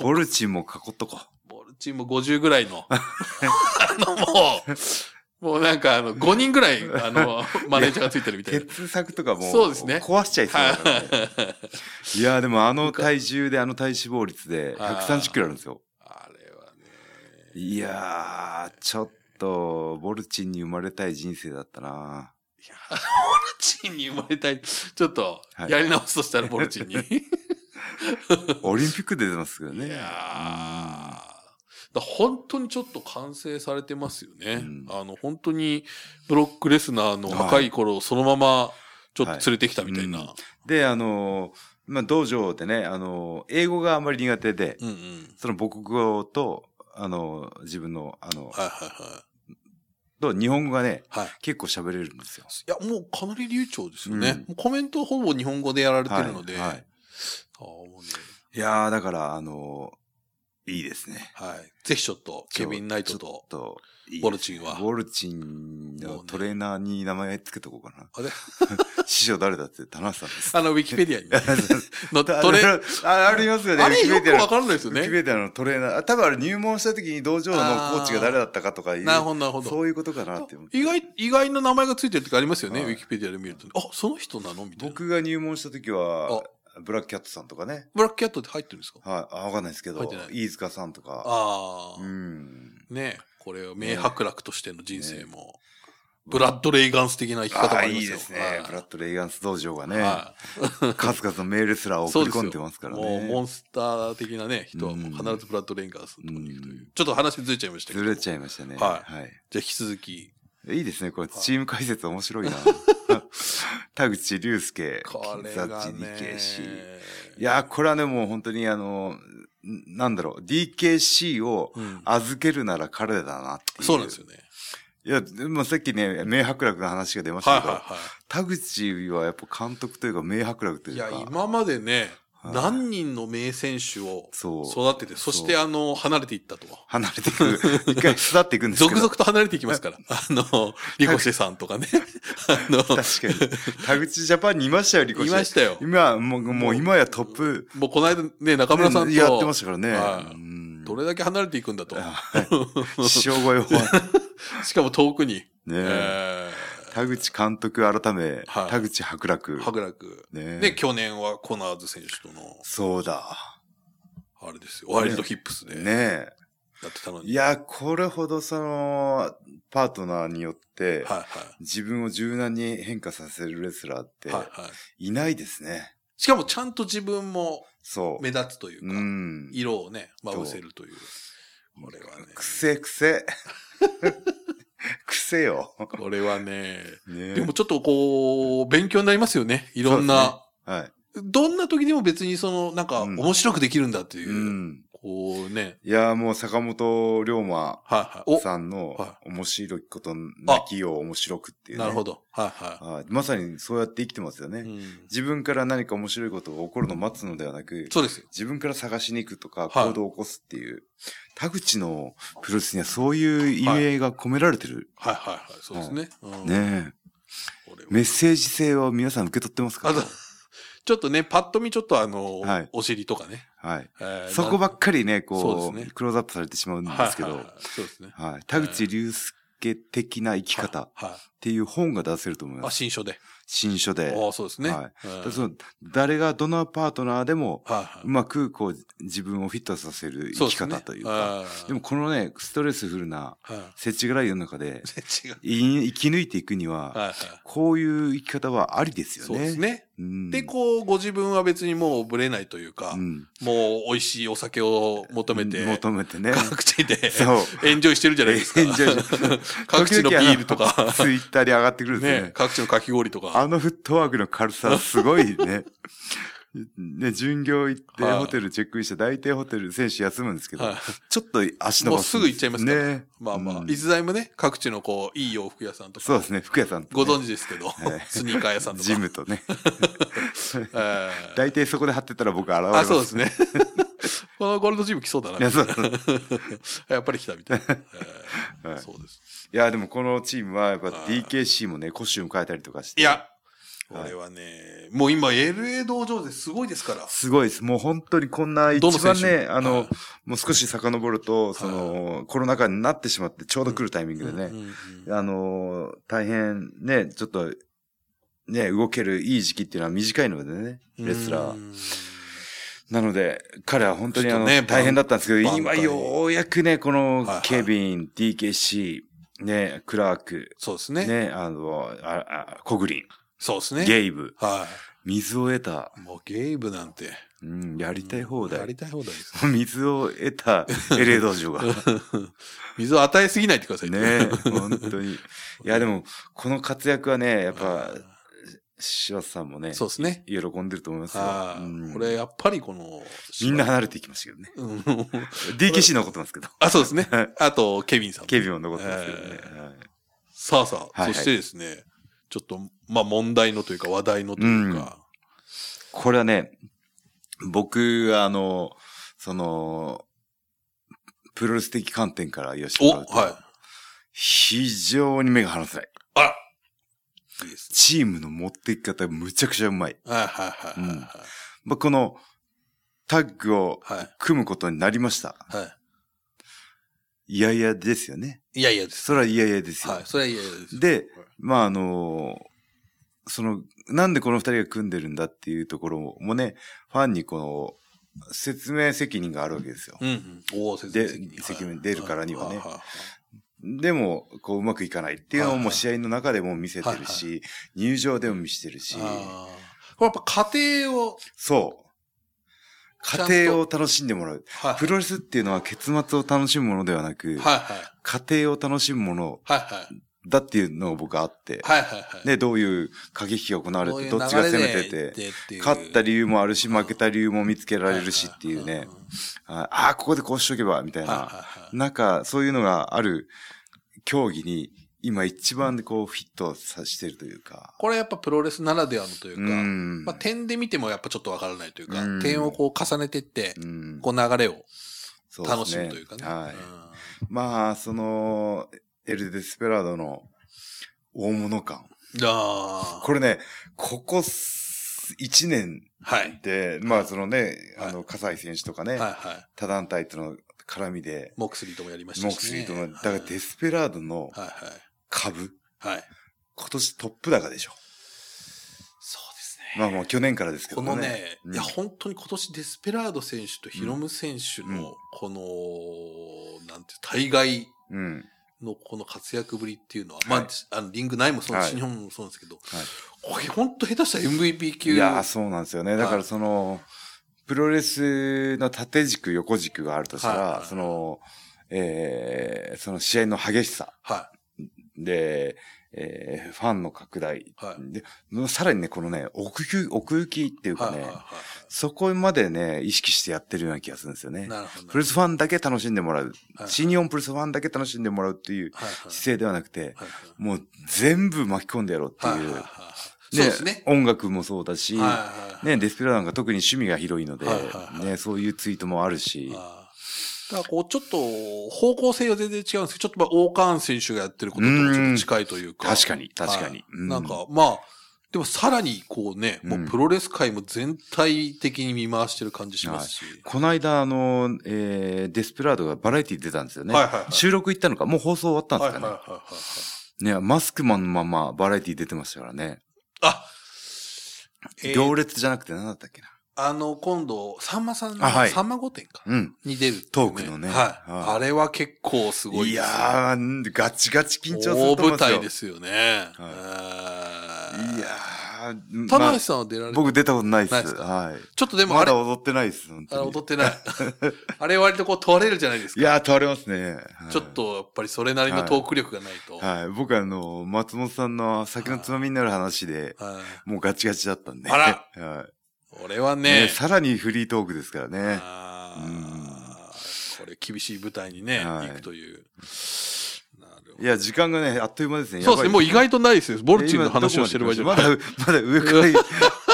Speaker 1: ボルチンも囲っとこ
Speaker 2: ボルチンも50ぐらいの、 あのもう、もうなんかあの、5人ぐらい、あの、マネージャーがついてるみ
Speaker 1: う。
Speaker 2: たいな。
Speaker 1: 鉄柵とかも
Speaker 2: そうですね
Speaker 1: 壊しちゃいそうだからね。いやーでもあの体重であの体脂肪率で
Speaker 2: あー
Speaker 1: 130キロあるんですよ。
Speaker 2: あれはね、
Speaker 1: いやー、ちょっと、ボルチンに生まれたい人生だった な。
Speaker 2: ボルチンに生まれたい。ちょっと
Speaker 1: は、い
Speaker 2: やり直すとしたらボルチンに。
Speaker 1: オリンピックで出てますけどね。
Speaker 2: いやーだ本当にちょっと完成されてますよね。
Speaker 1: うん
Speaker 2: あの、本当にブロックレスナーの若い頃をそのままちょっと連れてきたみたいな。
Speaker 1: はで、あのーまあ、道場でね、あのー英語があんまり苦手で、
Speaker 2: うんうん。
Speaker 1: その母国語と、あのー自分の、あの、
Speaker 2: はいはいはい。
Speaker 1: と日本語がね、
Speaker 2: はい
Speaker 1: 結構喋れるんですよ。
Speaker 2: いや、もうかなり流暢ですよね。
Speaker 1: うん
Speaker 2: もうコメントほぼ日本語でやられてるので。
Speaker 1: はい。はい
Speaker 2: ああもうね
Speaker 1: いやー、だから、あのーいいですね。
Speaker 2: はい。ぜひちょっと、ケビン・ナイト
Speaker 1: ちょ
Speaker 2: と
Speaker 1: っ、といいですね、
Speaker 2: ボルチンは
Speaker 1: ボルチンのトレーナーに名前つけとこうかな。
Speaker 2: あれ
Speaker 1: 師匠誰だって、田中さんです。
Speaker 2: あの、ウィキペデ ィアに、の
Speaker 1: あ
Speaker 2: トレ、あ
Speaker 1: あありますよね。
Speaker 2: れよくわかんないです
Speaker 1: ウ
Speaker 2: よ
Speaker 1: ィキ
Speaker 2: ね。
Speaker 1: ペディアのトレーナー。あ多分あれ入門した時に道場のコーチが誰だったかとかいう。
Speaker 2: なるほど、なるほ
Speaker 1: そ
Speaker 2: ど。
Speaker 1: ういうことかなって思って
Speaker 2: 意外、意外な名前がついてる時ありますよね、
Speaker 1: はい
Speaker 2: ウィキペディアで見ると。あ、その人なのみたいな。
Speaker 1: 僕が入門した時は、ブラックキャットさんとかね。
Speaker 2: ブラックキャットって入ってるんですか
Speaker 1: はい。あわかんないですけど
Speaker 2: 入ってな、い
Speaker 1: 飯塚さんとか。
Speaker 2: ああ、
Speaker 1: うん。
Speaker 2: ねこれは名伯楽としての人生も、ブラッド・レイガンス的な生き
Speaker 1: あ
Speaker 2: 方もあ
Speaker 1: あ、
Speaker 2: り
Speaker 1: い
Speaker 2: ま
Speaker 1: い
Speaker 2: すよ。
Speaker 1: です
Speaker 2: は
Speaker 1: ね。ブラッド・レイガンス道場がね、
Speaker 2: は
Speaker 1: 数々のメールすら
Speaker 2: い。
Speaker 1: 送り込んでますから
Speaker 2: もうモ
Speaker 1: ね。
Speaker 2: ンスター的なね、人はもう必ずブラッド・レイガンスのとこに行くという。
Speaker 1: うん
Speaker 2: ちょっと話ずれちゃいましたけ
Speaker 1: ず
Speaker 2: ど。
Speaker 1: れちゃいましたね。
Speaker 2: は
Speaker 1: はい。
Speaker 2: じゃあ引き続き、
Speaker 1: いいですね、これ、チーム解説面白 いな。田口竜介、
Speaker 2: これ
Speaker 1: 金
Speaker 2: が
Speaker 1: 沢
Speaker 2: ね
Speaker 1: 地 DKC。いやー、これはね、もう本当にあの、んなんだろう、DKC を
Speaker 2: うん
Speaker 1: 預けるなら彼だなっていう。
Speaker 2: そうなんです
Speaker 1: よ。
Speaker 2: よね。
Speaker 1: いや、でもさっきね、明白楽の話が出まし
Speaker 2: はい
Speaker 1: た
Speaker 2: は
Speaker 1: けど、
Speaker 2: い
Speaker 1: 田口はやっぱ監督というか、明白楽というか、
Speaker 2: はい。いや、今までね、
Speaker 1: はい
Speaker 2: 何人の名選手を
Speaker 1: そう
Speaker 2: 育てて、そして
Speaker 1: そう
Speaker 2: あの、離れていったと。
Speaker 1: 離れていく、 一回巣立っていくんですけど。
Speaker 2: 続々と離れていきます から。あの、リコシェさんとかね。あの、
Speaker 1: 確かに。田口ジャパンにいま したよ、リコシ
Speaker 2: いましたよ。
Speaker 1: 今、もう、も
Speaker 2: も
Speaker 1: う
Speaker 2: う
Speaker 1: 今やトップ、
Speaker 2: もうこの間ね、中村さんと、
Speaker 1: やってましたからね。
Speaker 2: はい
Speaker 1: うん
Speaker 2: どれだけ離れていくんだと。
Speaker 1: はい。師匠声を。
Speaker 2: しかも遠くに。
Speaker 1: ね
Speaker 2: え
Speaker 1: え
Speaker 2: ー
Speaker 1: 田口監督改め、
Speaker 2: はい
Speaker 1: 田口博楽。
Speaker 2: 白楽。
Speaker 1: ねえ
Speaker 2: で、去年はコナーズ選手との、
Speaker 1: そうだ。
Speaker 2: あれですよ、ワイルドヒップスで
Speaker 1: ね
Speaker 2: や
Speaker 1: え。
Speaker 2: ってたのに。
Speaker 1: いや、これほどその、パートナーによって、
Speaker 2: はいは
Speaker 1: 自分を柔軟に変化させるレスラーっ
Speaker 2: い。
Speaker 1: て
Speaker 2: はい、はい。
Speaker 1: いないですね。
Speaker 2: しかもちゃんと自分も
Speaker 1: そう。
Speaker 2: 目立つという
Speaker 1: う
Speaker 2: か、
Speaker 1: ん。
Speaker 2: 色をね、まぶせるという。これはね。
Speaker 1: くせく せ。くせよ。
Speaker 2: これはね、
Speaker 1: ねえ
Speaker 2: でもちょっとこう、勉強になりますよね。いろんな。
Speaker 1: はい。
Speaker 2: どんな時でも別にその、なんか、
Speaker 1: うん
Speaker 2: 面白くできるんだっていうう、
Speaker 1: ん。
Speaker 2: こうね、
Speaker 1: いや、もう坂本龍馬
Speaker 2: はいはい。
Speaker 1: さんの
Speaker 2: は
Speaker 1: 面白いことなきを面白くっていう、
Speaker 2: お、
Speaker 1: ね。
Speaker 2: なるほど。はいは
Speaker 1: はい。まさにそうやって生きてますよね。
Speaker 2: い。うん
Speaker 1: 自分から何か面白いことが起こるのを待つのではなく、
Speaker 2: そうですよ。
Speaker 1: 自分から探しに行くとか、
Speaker 2: はい
Speaker 1: 行動を起こすっていう、田口のプロレスにはそういう意味合いが込められてる。
Speaker 2: はいはいはい。そうですね。うん。
Speaker 1: ね
Speaker 2: これ
Speaker 1: え
Speaker 2: は
Speaker 1: メッセージ性を皆さん受け取ってますか
Speaker 2: あと、 ちょっとね、パッと見ちょっとあの、
Speaker 1: はい
Speaker 2: お尻とかね。
Speaker 1: はい。
Speaker 2: えー
Speaker 1: そこばっかりね、
Speaker 2: そう
Speaker 1: こう
Speaker 2: ですね
Speaker 1: クローズアップされてしまうんで
Speaker 2: はい
Speaker 1: すけ
Speaker 2: はい
Speaker 1: ど
Speaker 2: はい、そうですね。
Speaker 1: はい。田口竜介的な生き方っ
Speaker 2: はい。
Speaker 1: ていう本が出せると思い
Speaker 2: あ、
Speaker 1: ます。
Speaker 2: 新書で。
Speaker 1: 新書で。
Speaker 2: ああ、そうですね。
Speaker 1: はい
Speaker 2: うん
Speaker 1: だからその誰がどのパートナーでも
Speaker 2: はいは
Speaker 1: うまくこう自分をフィットさせる
Speaker 2: い。
Speaker 1: 生き方というか。でも
Speaker 2: も、
Speaker 1: このね、ストレスフルな、
Speaker 2: はい。
Speaker 1: せちがらい世の中で
Speaker 2: 違う。
Speaker 1: い生き抜いていくには、
Speaker 2: はいはい。
Speaker 1: こういう生き方はありですよね。
Speaker 2: そうですね。
Speaker 1: うん。
Speaker 2: で、こう、ご自分は別にもうぶれないというか、
Speaker 1: うん、
Speaker 2: もう美味しいお酒を求めて、
Speaker 1: 求め てね。
Speaker 2: 各地 で
Speaker 1: そう。
Speaker 2: エンジョイしてるじゃないです か。
Speaker 1: エンジョイしてる
Speaker 2: 各地のビー ルと
Speaker 1: 時々あの
Speaker 2: か、
Speaker 1: ツイッターで上がってくるんですよね
Speaker 2: ね、各地のかき氷とか。
Speaker 1: あのフットワークの軽さ、すごいね。 ね、巡業行って、
Speaker 2: はい
Speaker 1: ホテルチェックインして、大体ホテル選手休むんですけど、
Speaker 2: はい
Speaker 1: ちょっと足伸ばすん
Speaker 2: もうすぐ行っちゃいますから
Speaker 1: ね。
Speaker 2: まあまあ
Speaker 1: う、ん
Speaker 2: 逸材もね、各地のこう、いい洋服屋さんとか。
Speaker 1: そうですね、服屋さん、ね。
Speaker 2: ご存知ですけど、
Speaker 1: はい
Speaker 2: スニーカー屋さんとか。
Speaker 1: ジムと ね。
Speaker 2: えー
Speaker 1: 大体そこで張ってたら僕現れます。
Speaker 2: あ、そうですね。 このゴールドジム来そうだ
Speaker 1: いや
Speaker 2: な。
Speaker 1: そうそう
Speaker 2: やっぱり来たみたいな。え ー
Speaker 1: はい
Speaker 2: そうです。
Speaker 1: いや、でもこのチームはやっぱ
Speaker 2: はい
Speaker 1: DKC もね、コスチューム変えたりとかして。
Speaker 2: いや、
Speaker 1: はい
Speaker 2: 俺はね、もう今 LA 道場ですごいですから。
Speaker 1: すごいです。もう本当にこんな一
Speaker 2: どの選
Speaker 1: 番
Speaker 2: 手
Speaker 1: ね、あの、
Speaker 2: はい
Speaker 1: もう少し遡ると、その、コロナ禍になってしまって、ちょうど来るタイミングでね、
Speaker 2: うんうんうん
Speaker 1: あのー大変ね、ちょっと、ね、動けるいい時期っていうのは短いのでね、レスラー。
Speaker 2: うん
Speaker 1: なので、彼は本当にあの、
Speaker 2: ちょっとね
Speaker 1: 大変だったんですけど、
Speaker 2: 挽
Speaker 1: 今
Speaker 2: 回
Speaker 1: ようやくね、こ
Speaker 2: はいは
Speaker 1: の
Speaker 2: い
Speaker 1: ケビン、DKC、ね、クラーク、
Speaker 2: そうですね。
Speaker 1: ね、あの、ああコグリン、
Speaker 2: そうですね。
Speaker 1: ゲイブ。
Speaker 2: は
Speaker 1: 水を得た。
Speaker 2: い。もうゲイブなんて。
Speaker 1: うん、やりたい放
Speaker 2: や
Speaker 1: 題。
Speaker 2: りたい放題です。
Speaker 1: 水を得たエレード城が。ね
Speaker 2: 水を与えすぎないでくださいね。
Speaker 1: え、本当 に。いや、でも、この活躍はね、やっぱ、柴田さんもね、
Speaker 2: そうですね。
Speaker 1: 喜んでると思いますよ。
Speaker 2: は
Speaker 1: うん
Speaker 2: い。これ、やっぱりこの、
Speaker 1: みんな、離れていきましたけどね。
Speaker 2: うん、
Speaker 1: DKC 残ってますけど。
Speaker 2: あ、そうですね
Speaker 1: はい。
Speaker 2: あと、ケビンさん。
Speaker 1: 警備も残ってますけどね。はい
Speaker 2: さあさあ、
Speaker 1: はいはい
Speaker 2: そしてですね、ちょっと、まあ問題のというか話題のというか、
Speaker 1: これはね、僕、あの、その、プロレス的観点から言わせてもらうと、
Speaker 2: おはい
Speaker 1: 非常に目が離せない。
Speaker 2: あらいいです
Speaker 1: チームの持っていき方がむちゃくちゃうまい。
Speaker 2: ね。はいはいはいはい
Speaker 1: まあこのタッグを
Speaker 2: はい。はい
Speaker 1: 組むことになりました。
Speaker 2: はい
Speaker 1: やいやですよね。
Speaker 2: い。いやいやです。
Speaker 1: それはいやいやですよ。
Speaker 2: はい。それはいやいやです。
Speaker 1: で、まああのその、なんでこの二人が組んでるんだっていうところもね、ファンにこの説明責任があるわけですよ。
Speaker 2: うんうん。おお、
Speaker 1: で
Speaker 2: 説明責任
Speaker 1: 責任出るからにはね
Speaker 2: いいい
Speaker 1: でも、こう、うまくいかないっていうのを
Speaker 2: はい
Speaker 1: も
Speaker 2: は
Speaker 1: う
Speaker 2: い
Speaker 1: 試合の中でも見せてる
Speaker 2: は
Speaker 1: し、入場でも見せてるし、
Speaker 2: あーこれやっぱ家庭を、
Speaker 1: そう。
Speaker 2: ちゃんと
Speaker 1: 家庭を楽しんでもらう。
Speaker 2: はいは
Speaker 1: プ
Speaker 2: い
Speaker 1: ロレスっていうのは結末を楽しむものではなく、
Speaker 2: はい
Speaker 1: 家庭を楽しむもの
Speaker 2: はいはい
Speaker 1: だっていうのが僕はあって、
Speaker 2: はいはいはい。
Speaker 1: で、どういう駆け引きが行われ
Speaker 2: こうい
Speaker 1: て、
Speaker 2: う
Speaker 1: どっちが攻め
Speaker 2: 流れ
Speaker 1: て
Speaker 2: で
Speaker 1: て、
Speaker 2: いって
Speaker 1: 勝った
Speaker 2: り
Speaker 1: 理由もあるし、負けた理由も見つけられるしっていうね、ああー、ここでこうしとけば、みたいな。なんか、そういうのがある競技に、今一番こう、フィットさせてるというか。
Speaker 2: これやっぱプロレスならではのというか、
Speaker 1: うん
Speaker 2: まあ、点で見てもやっぱちょっとわからないというか、
Speaker 1: うん
Speaker 2: 点をこう重ねてって、
Speaker 1: うん
Speaker 2: こう流れを
Speaker 1: そうですね
Speaker 2: 楽しむというかね。
Speaker 1: は
Speaker 2: うん
Speaker 1: い。まあ、その、エル・デスペラードの大物感。
Speaker 2: あー
Speaker 1: これね、ここ1年
Speaker 2: はい。
Speaker 1: で、まあそのね、あ
Speaker 2: は
Speaker 1: の、葛西選手とかね
Speaker 2: はい、はい。
Speaker 1: 他団体との絡みで、
Speaker 2: モクスリーともやりましたし、ね。
Speaker 1: モクスリーとの、だからデ
Speaker 2: す。
Speaker 1: スペラードの
Speaker 2: はい
Speaker 1: 株、
Speaker 2: はい。はい。
Speaker 1: 今年トップ高でしょ。
Speaker 2: そうですね。
Speaker 1: まあもう去年からですけどね。
Speaker 2: このね、
Speaker 1: うん
Speaker 2: いや、本当に今年デスペラード選手とヒロム選手
Speaker 1: うん
Speaker 2: の、この、なんていう、対外
Speaker 1: うん。
Speaker 2: のこの活躍ぶりっていうのは、
Speaker 1: はい
Speaker 2: まあ、あのリング内もそう、
Speaker 1: はい
Speaker 2: 新日本もそうなんですけど、
Speaker 1: はい
Speaker 2: これ本当下手したら MVP 級。
Speaker 1: いやー、そうなんですよね。だか
Speaker 2: は
Speaker 1: ら
Speaker 2: い
Speaker 1: その、プロレスの縦軸、横軸があるとしたら、
Speaker 2: はいはい
Speaker 1: その、えー、その試合の激しさ。
Speaker 2: は
Speaker 1: で、えー、ファンの拡大。
Speaker 2: い。はい。
Speaker 1: で、さらにね、このね、奥行き、奥行きっていうか
Speaker 2: はい。
Speaker 1: ね、
Speaker 2: はいは
Speaker 1: そこまでね、意識してやってるような気がするんですよ
Speaker 2: い。
Speaker 1: ね。
Speaker 2: なるほど。
Speaker 1: プロレスファンだけ楽しんでもらう。
Speaker 2: はい
Speaker 1: 新日本プロレスファンだけ楽しんでもらうっていう
Speaker 2: はいは
Speaker 1: 姿
Speaker 2: い
Speaker 1: 勢ではなくて、
Speaker 2: はいはい
Speaker 1: もう全部巻き込んでやろうって
Speaker 2: はい
Speaker 1: い
Speaker 2: は
Speaker 1: う。
Speaker 2: いはいそうですね。
Speaker 1: 音楽もそうだし、
Speaker 2: はいはいはい
Speaker 1: ね、デスペラードなんか特に趣味が広いので、
Speaker 2: はいはいはい
Speaker 1: ね、そういうツイートもあるし、
Speaker 2: あーだからこう、ちょっと、方向性は全然違うんですけど、ちょっとまあ、王冠選手がやってることともちょっと近いというか。
Speaker 1: 確かに、確かに。
Speaker 2: は
Speaker 1: う
Speaker 2: いなんか、まあ、でもさらにこうね、もうプロレス界も全体的に見回してる感じしますし。
Speaker 1: この間、あの、えーデスペラードがバラエティ出たんですよね。
Speaker 2: はいはいはい
Speaker 1: 収録行ったのか、もう放送終わったんで
Speaker 2: はい
Speaker 1: す
Speaker 2: は
Speaker 1: か
Speaker 2: い
Speaker 1: ね。
Speaker 2: はいはい。
Speaker 1: ね、マスクマンのままバラエティ出てましたからね。
Speaker 2: あ、えー
Speaker 1: 行列じゃなくて何だったっけな。
Speaker 2: あの、今度、さんまさん
Speaker 1: あは
Speaker 2: の、
Speaker 1: い
Speaker 2: さんま御殿か。
Speaker 1: うん。
Speaker 2: に出るっていう
Speaker 1: トークのね
Speaker 2: はい。
Speaker 1: はい
Speaker 2: あれは結構すごい
Speaker 1: い
Speaker 2: ですよ。
Speaker 1: やー、ガチガチ緊張すると
Speaker 2: 大
Speaker 1: 思い
Speaker 2: 舞
Speaker 1: ますよ。
Speaker 2: 台ですよね。
Speaker 1: い
Speaker 2: い
Speaker 1: やー、
Speaker 2: 田
Speaker 1: ま
Speaker 2: 橋さんは出ら
Speaker 1: あ
Speaker 2: れて
Speaker 1: 僕出たことない
Speaker 2: な
Speaker 1: で。
Speaker 2: いですすか
Speaker 1: はい。
Speaker 2: ちょっとでもあ
Speaker 1: ま
Speaker 2: れ、
Speaker 1: だ
Speaker 2: あ
Speaker 1: 踊ってないです、本
Speaker 2: れ
Speaker 1: 当に
Speaker 2: 踊っ てない。あれ割とこう問われるじゃないです
Speaker 1: い
Speaker 2: か。
Speaker 1: やー、倒れますね。はい
Speaker 2: ちょっ。とやっぱりそれなりのトーク力がないと。はい
Speaker 1: はい。僕はあの、松本さんの先のつまみになる話で、もうガチガチだったんで。
Speaker 2: あら
Speaker 1: は。
Speaker 2: 俺はいね、
Speaker 1: さらにフリートークですからね。
Speaker 2: あーこれ厳しい舞台にね、
Speaker 1: はい
Speaker 2: 行くという。なるほ
Speaker 1: いや、時間がね、あっという間ですね。
Speaker 2: ど。そうですね、もう意
Speaker 1: に
Speaker 2: 外とないですよ。ボルチンの話をしてる場合じゃない
Speaker 1: ま。だ、まだ上 か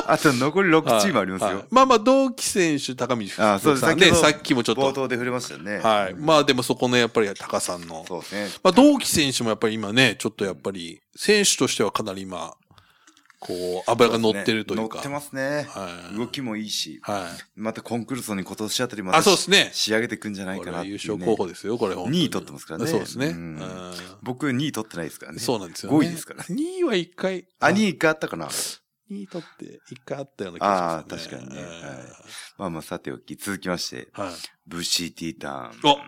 Speaker 1: ら、あと残り6チームあります
Speaker 2: はいはい
Speaker 1: よ。
Speaker 2: まあまあ、同期選手、高見
Speaker 1: あそうです
Speaker 2: さんね、
Speaker 1: 先ほど
Speaker 2: さっきもちょっ
Speaker 1: 冒
Speaker 2: と。
Speaker 1: 頭で触れましたよね。
Speaker 2: はい。まあでもそこのやっぱり高さんの
Speaker 1: そうですね。
Speaker 2: まあ、同期選手もやっぱり今ね、ちょっとやっぱり、選手としてはかなり今、こう、油が乗ってるというか。
Speaker 1: 乗ってますね。
Speaker 2: はい
Speaker 1: 動きもいいし、
Speaker 2: は
Speaker 1: またコンクルーソンに今年あたり
Speaker 2: い。
Speaker 1: ま
Speaker 2: あ、
Speaker 1: た
Speaker 2: そうですね。
Speaker 1: 仕上げていくんじゃない
Speaker 2: こ
Speaker 1: か
Speaker 2: れ
Speaker 1: なっ
Speaker 2: は
Speaker 1: てい
Speaker 2: 優
Speaker 1: うね。
Speaker 2: 勝候補ですよ、これ本当に。
Speaker 1: 2位取ってますからね。
Speaker 2: そうですね。
Speaker 1: ん
Speaker 2: うん
Speaker 1: 僕2位取ってないですからね。
Speaker 2: そうなんですよ、ね。
Speaker 1: 5位ですからね。
Speaker 2: 2位は1回。
Speaker 1: あ、2位1回あったかな
Speaker 2: 2位取って、1回あったような気がします、ね。
Speaker 1: あー確かにね
Speaker 2: うん
Speaker 1: はいまあまあさておき、続きまして、
Speaker 2: はい。
Speaker 1: ブシーティーターン。
Speaker 2: お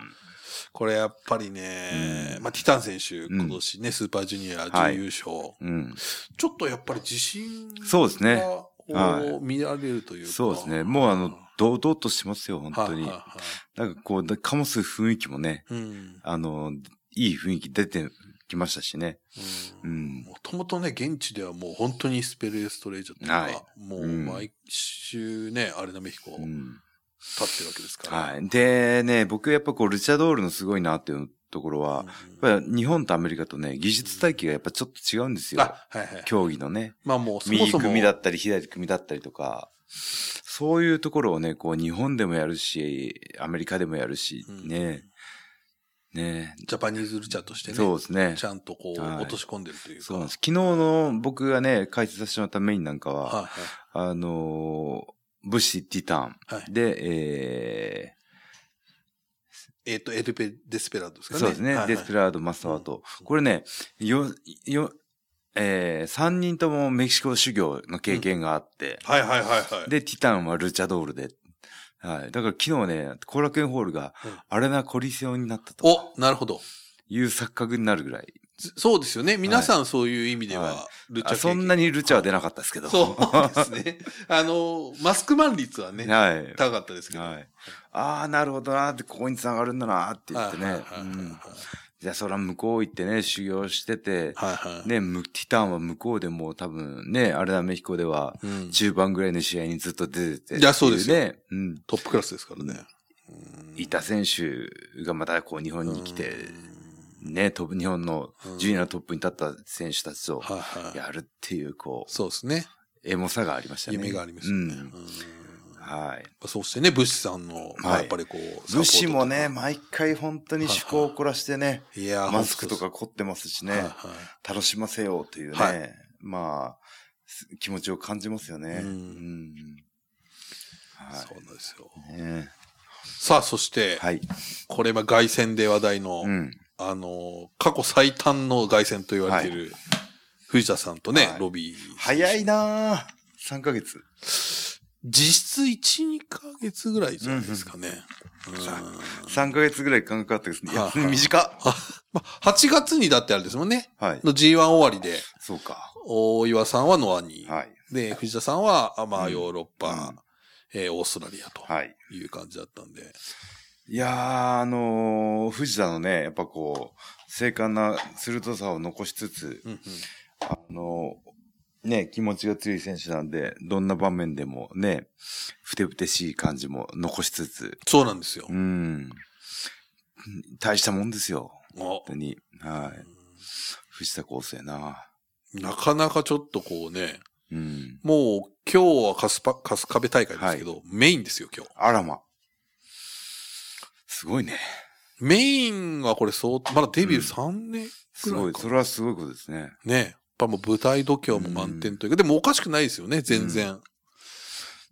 Speaker 2: これやっぱりね、まあ、ティタン選手、
Speaker 1: ん
Speaker 2: 今年ね、スーパージュニア
Speaker 1: は
Speaker 2: 準
Speaker 1: い
Speaker 2: 優勝、
Speaker 1: うん。
Speaker 2: ちょっとやっぱり自信
Speaker 1: そうですね
Speaker 2: が
Speaker 1: は
Speaker 2: 見られるというか。
Speaker 1: そうですね。もうあの、堂々としてますよ、本当に
Speaker 2: はい。はいはい
Speaker 1: なんかこう、かもす雰囲気もね、
Speaker 2: うん。
Speaker 1: あの、いい雰囲気出てきましたしね。う
Speaker 2: うん
Speaker 1: ん。
Speaker 2: もともとね、現地ではもう本当にスペレストレージャーというか、
Speaker 1: はい
Speaker 2: もう
Speaker 1: うん
Speaker 2: 毎週ね、アレナメヒコ立
Speaker 1: う
Speaker 2: っ
Speaker 1: ん
Speaker 2: てるわけですから。
Speaker 1: はい。でね、僕やっぱこう、ルチャドールのすごいなっていうところは、
Speaker 2: うん
Speaker 1: やっぱ日本とアメリカとね、技術体系がやっぱちょっと違うんですよ。
Speaker 2: あ、はいはい。
Speaker 1: 競技のね。
Speaker 2: まあもうそも
Speaker 1: 右
Speaker 2: そも。
Speaker 1: 組みだったり、左組みだったりとか、そういうところをね、こう、日本でもやるし、アメリカでもやるし
Speaker 2: う、ん
Speaker 1: ね。ね
Speaker 2: ジャパニーズルチャーとしてね。
Speaker 1: そうですね。
Speaker 2: ちゃんとこう、
Speaker 1: はい
Speaker 2: 落とし込んでるというか。
Speaker 1: そうなんです。昨日の僕がね、解説させてもらったメインなんかは、
Speaker 2: はい
Speaker 1: あのー、武士ティタン
Speaker 2: はい。はい。
Speaker 1: で、え
Speaker 2: えっ、と、エルペ・デスペラードです
Speaker 1: ー
Speaker 2: かね。
Speaker 1: そうですね、
Speaker 2: はいはい
Speaker 1: デスペラード、マスターと、
Speaker 2: うん
Speaker 1: これね、よ、よ、えー、三人ともメキシコ修行の経験があって、
Speaker 2: はいはいはいはい。
Speaker 1: で、ティタンはルチャドールで、はい。だから昨日ね、後楽園ホールが
Speaker 2: うん、
Speaker 1: アレナコリセオになったと
Speaker 2: お、なるほど。
Speaker 1: いう錯覚になるぐらい、
Speaker 2: ずそうですよね。皆さんそういう意味では、
Speaker 1: は
Speaker 2: ルチャ
Speaker 1: あ
Speaker 2: 経験
Speaker 1: そんなにルチャは出なかったですけど。
Speaker 2: そうですね。あの、マスクマン率はね、
Speaker 1: はい。
Speaker 2: 高かったですけど。
Speaker 1: はい。ああ、なるほどなーって、ここに繋がるんだなーって言って
Speaker 2: はい
Speaker 1: ね
Speaker 2: はい。はい
Speaker 1: うんじゃあ、そら向こう行ってね、修行してて、
Speaker 2: はいはい。
Speaker 1: ね、むティタンは向こうでもう多分ね、あれだ、メヒコでは、
Speaker 2: うん
Speaker 1: 中盤ぐらいの試合にずっと出てて。
Speaker 2: いやそうですよ
Speaker 1: ね。うん。
Speaker 2: トップクラスですからね。
Speaker 1: いた選手がまたこう日本に来て、ね、飛ぶ日本の
Speaker 2: うん
Speaker 1: ジュニアのトップに立った選手たちと
Speaker 2: はいはい。
Speaker 1: やるっていう、こう、
Speaker 2: そうですね。
Speaker 1: エモさがありましたね。
Speaker 2: 夢がありますよね。
Speaker 1: う
Speaker 2: うん
Speaker 1: んはい。
Speaker 2: そしてね、武士さんの、まあやっぱりこう、
Speaker 1: 武士もね、
Speaker 2: サポー
Speaker 1: 毎回本当に趣向を凝らしてね、
Speaker 2: トとか、いやー
Speaker 1: マスクとか凝ってますしね、
Speaker 2: はいは
Speaker 1: 楽しませようというね、
Speaker 2: はい
Speaker 1: まあ、す気持ちを感じますよね。
Speaker 2: うん
Speaker 1: ん
Speaker 2: い。
Speaker 1: は
Speaker 2: そうなんですよ。
Speaker 1: い。ね
Speaker 2: さあ、そして、
Speaker 1: はい。
Speaker 2: これは外戦で話題の、
Speaker 1: うん。
Speaker 2: あの、過去最短の外戦と言われている、藤田さんとね、
Speaker 1: はい
Speaker 2: ロビー。
Speaker 1: 早いなぁ。3ヶ月。
Speaker 2: 実質1、2ヶ月ぐらいじゃないですかね。うん
Speaker 1: 3ヶ月ぐらい間隔あったですね。いや、
Speaker 2: はいはい
Speaker 1: 短っ。
Speaker 2: あまあ8月にだってあれですもんね。
Speaker 1: はい。
Speaker 2: の G1 終わりで、
Speaker 1: そうか。
Speaker 2: 大岩さんはノアに、
Speaker 1: はい。
Speaker 2: で、藤田さんは、あまあ、
Speaker 1: うん
Speaker 2: ヨーロッパ、
Speaker 1: うん
Speaker 2: えーオーストラリアと
Speaker 1: はい。
Speaker 2: いう感じだったんで。
Speaker 1: いやー、あのー、藤田のね、やっぱこう、精悍な鋭さを残しつつ、
Speaker 2: うんうん
Speaker 1: あのー、ね、気持ちが強い選手なんで、どんな場面でもね、ふてぶてしい感じも残しつつ、
Speaker 2: そうなんですよ
Speaker 1: う。ん。大したもんですよ。
Speaker 2: あ
Speaker 1: 本当に。はい。藤田康生な。
Speaker 2: なかなかちょっとこうね、
Speaker 1: うん。
Speaker 2: もう今日はカスパ、カスカベ大会ですけど、メインですよ、今日。
Speaker 1: あらま。すごいね。
Speaker 2: メインはこれ相当、まだデビュー3年
Speaker 1: す
Speaker 2: ぐら
Speaker 1: ご
Speaker 2: い
Speaker 1: い。
Speaker 2: か。
Speaker 1: それはすごいことですね。
Speaker 2: ね。やっぱもう舞台度胸も満点というか、でもおかしくないですよね、全然。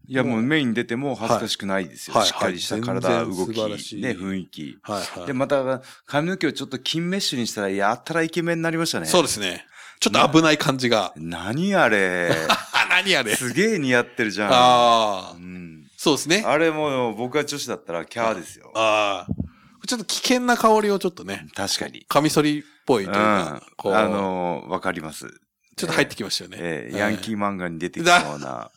Speaker 1: いや、
Speaker 2: もう
Speaker 1: もうメイン出ても恥ずかしくないですよ。
Speaker 2: はい
Speaker 1: しっかりした
Speaker 2: はい
Speaker 1: 体、
Speaker 2: 全然
Speaker 1: 動き、
Speaker 2: 素晴らしい
Speaker 1: ね、雰囲気。
Speaker 2: はいはい。
Speaker 1: で、また、髪の毛をちょっと金メッシュにしたら、やったらイケメンになりましたね。
Speaker 2: そうですね。ちょっと危ない感じが。
Speaker 1: 何あ れ。
Speaker 2: あ、何あれ。
Speaker 1: すげえ似合ってるじゃん。
Speaker 2: ああ
Speaker 1: う。ん。
Speaker 2: そうですね。
Speaker 1: あれもう僕が女子だったらキャーですよ。
Speaker 2: ああ。ちょっと危険な香りをちょっとね、
Speaker 1: 確かに。
Speaker 2: カミソリっぽいと
Speaker 1: う
Speaker 2: い
Speaker 1: ん。
Speaker 2: うか
Speaker 1: あ、
Speaker 2: こう、
Speaker 1: のー、わかります。
Speaker 2: ちょっと入ってきましたよね。
Speaker 1: えーヤンキ
Speaker 2: ー。
Speaker 1: ー漫画に出てきそう な、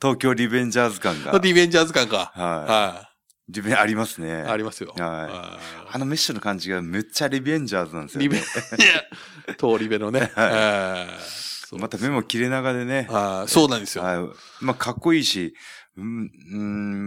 Speaker 1: 東京リベンジャーズ感が。
Speaker 2: リベンジャーズ感か。
Speaker 1: は。
Speaker 2: はい
Speaker 1: リベありますね。
Speaker 2: い。ありますよ。
Speaker 1: はい
Speaker 2: は
Speaker 1: あのメッシュの感じがめっちゃリベンジャーズなんです
Speaker 2: い。
Speaker 1: よ、
Speaker 2: リ
Speaker 1: ね。
Speaker 2: ベン、いや、通りベのね。はいそう
Speaker 1: また目も切れ長でね。
Speaker 2: あーそうなんですよ。
Speaker 1: はい。まあ、かっこいいし、うん、う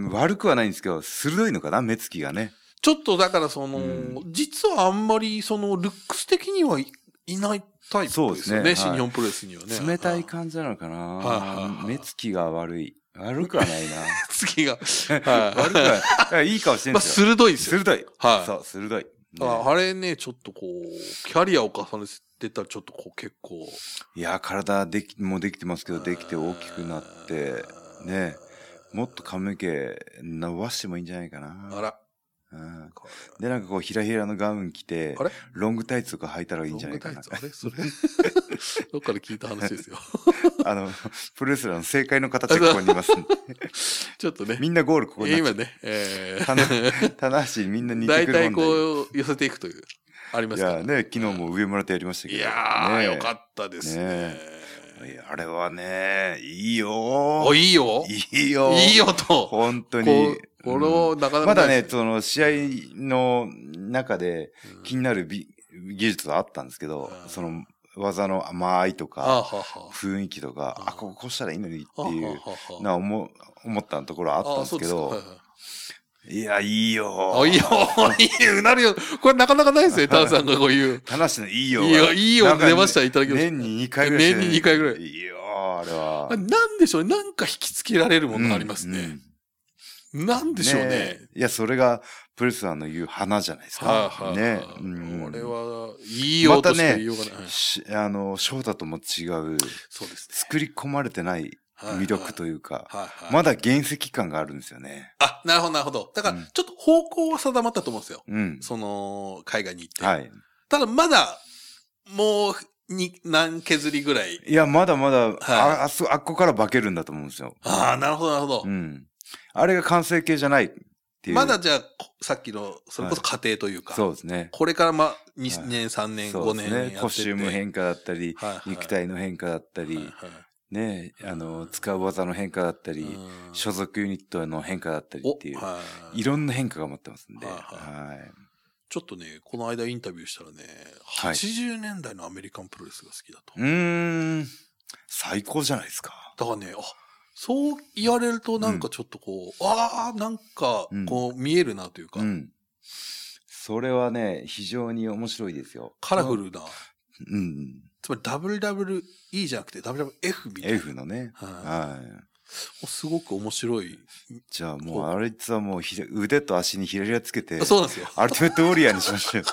Speaker 1: ん、悪くはないんですけど、鋭いのかな、目つきがね。
Speaker 2: ちょっとだからその、
Speaker 1: う
Speaker 2: 実はあんまりそのルックス的にはいいないタイプですよ
Speaker 1: そ
Speaker 2: ね。
Speaker 1: うですね
Speaker 2: 新
Speaker 1: はい
Speaker 2: 日本プロレスにはね。
Speaker 1: 冷たい感じなのか
Speaker 2: はいはいは
Speaker 1: な。
Speaker 2: い
Speaker 1: 目つきが悪い。悪くはないな。
Speaker 2: 次が。
Speaker 1: 悪くはない。いい顔してるん
Speaker 2: まあ、
Speaker 1: ですよ。
Speaker 2: 鋭いですよ。
Speaker 1: 鋭い。
Speaker 2: はい。
Speaker 1: そう、鋭い。ね
Speaker 2: ああれね、ちょっとこう、キャリアを重ねてたらちょっとこう結構。
Speaker 1: いや、体でき、もうできてますけど、できて大きくなって、ね。もっと髪の毛伸ばしてもいいんじゃないか
Speaker 2: あ
Speaker 1: な。
Speaker 2: ら。
Speaker 1: うんで、なんかこう、ひらひらのガウン着て
Speaker 2: あれ、
Speaker 1: ロングタイツとか履いたらい
Speaker 2: ロ
Speaker 1: いん
Speaker 2: ン
Speaker 1: じゃな
Speaker 2: グ
Speaker 1: いか
Speaker 2: タイ
Speaker 1: な
Speaker 2: ツ。あれそれどっかで聞いた話ですよ。
Speaker 1: あの、プロレスラーの正解の形がここにいますんで。
Speaker 2: ちょっとね。
Speaker 1: みんなゴールここになっちゃ
Speaker 2: 今
Speaker 1: う。
Speaker 2: ね、えー、
Speaker 1: 棚棚橋みんな似て
Speaker 2: 大
Speaker 1: くる
Speaker 2: 体
Speaker 1: もんだよ
Speaker 2: こう寄せていくという、ありま
Speaker 1: い
Speaker 2: すから
Speaker 1: やね、昨日も上村とやりましたけ
Speaker 2: い
Speaker 1: ど。
Speaker 2: やー、
Speaker 1: ね
Speaker 2: よかったですね。
Speaker 1: ねいやあれはね、いいよ
Speaker 2: お、いいよ。
Speaker 1: いいよ
Speaker 2: いいよと。
Speaker 1: 本当に。
Speaker 2: こう、これ
Speaker 1: うん
Speaker 2: をなかなか
Speaker 1: まだ
Speaker 2: ない
Speaker 1: ね
Speaker 2: で、す、
Speaker 1: その試合の中で
Speaker 2: うん
Speaker 1: 気になるび技術はあったんですけど、
Speaker 2: うん
Speaker 1: その技の甘いと
Speaker 2: あ
Speaker 1: か、
Speaker 2: はは。
Speaker 1: 雰囲気とか、
Speaker 2: うん
Speaker 1: あ、こここうしたらいいのにって
Speaker 2: あは
Speaker 1: いう、
Speaker 2: は
Speaker 1: な思思ったところはあったんですけ
Speaker 2: あそう
Speaker 1: ど、
Speaker 2: ですか
Speaker 1: いや、いいよ
Speaker 2: はいはいあ、いいよ、いいよ、うなるよ。これなかなかないですね、タンさんがこういう。
Speaker 1: 田無のいいよ
Speaker 2: いいよ、いい
Speaker 1: な
Speaker 2: よ、
Speaker 1: んかね
Speaker 2: 出ました、いただきました。
Speaker 1: 年に2回ぐらいしてね
Speaker 2: 年に2回ぐらい
Speaker 1: いいよあれは
Speaker 2: あ。なんでしょうね、なんか引きつけられるものがあります
Speaker 1: うんう
Speaker 2: ね
Speaker 1: ん。
Speaker 2: なんでしょうね
Speaker 1: ね。いや、それがプレスラーの言う花じゃないです
Speaker 2: は
Speaker 1: か。
Speaker 2: いはい
Speaker 1: ね
Speaker 2: は。い。
Speaker 1: うん
Speaker 2: これは、言いようとし
Speaker 1: また
Speaker 2: て
Speaker 1: ね
Speaker 2: 言いようがないはい。
Speaker 1: しあの、翔太とも違う、
Speaker 2: そうですね。
Speaker 1: 作り込まれてない
Speaker 2: はい
Speaker 1: 魅力というか、
Speaker 2: はいはい。
Speaker 1: まだ原石感があるんですよね。
Speaker 2: あ、なるほど、なるほど。だか
Speaker 1: う
Speaker 2: ら
Speaker 1: ん、
Speaker 2: ちょっと方向は定まったと思うんですよ。
Speaker 1: うん。
Speaker 2: その、海外に行って。
Speaker 1: はい。
Speaker 2: ただ、まだ、もう、に、何削りぐらい。
Speaker 1: いや、まだまだ、あ、あそ、あっこから化けるんだと思うんですよ。
Speaker 2: ああ、なるほど、なるほど
Speaker 1: う。ん。あれが完成形じゃないっていう。
Speaker 2: まだじゃあ、こさっきの、それこそ家庭というか。
Speaker 1: そうですね。
Speaker 2: これから、ま、
Speaker 1: は
Speaker 2: 2
Speaker 1: い
Speaker 2: 年、3年、
Speaker 1: そ
Speaker 2: 5
Speaker 1: うで
Speaker 2: 年
Speaker 1: す
Speaker 2: やって
Speaker 1: ね
Speaker 2: て。。
Speaker 1: コスチューム変化だったり、
Speaker 2: はいはい、
Speaker 1: 肉体の変化だったり、
Speaker 2: はいは
Speaker 1: ね、あの、使う技の変化だった
Speaker 2: い
Speaker 1: り、
Speaker 2: うん
Speaker 1: 所属ユニットの変化だったりっていう
Speaker 2: お、はい
Speaker 1: いろんな変化が待ってますんで、
Speaker 2: はいは
Speaker 1: はい。
Speaker 2: ちょっとね、この間インタビューしたらね、
Speaker 1: はい
Speaker 2: 80年代のアメリカンプロレスが好きだと。
Speaker 1: うーん、最高じゃないですか。
Speaker 2: だからね、あ、そう言われるとなんかちょっとこう、ああ、なんか
Speaker 1: うん
Speaker 2: こう見えるなというか、
Speaker 1: うん。それはね、非常に面白いですよ。
Speaker 2: カラフルな、
Speaker 1: うん。
Speaker 2: つまり WWE じゃなくて WWF みたいな。
Speaker 1: F のね。
Speaker 2: は
Speaker 1: はい。
Speaker 2: い、すごく面白い。
Speaker 1: じゃあもう、あれ実はもうひら腕と足にひらひらつけて、
Speaker 2: そうなんですよ。
Speaker 1: アルティメットウォリアーにしましたよ。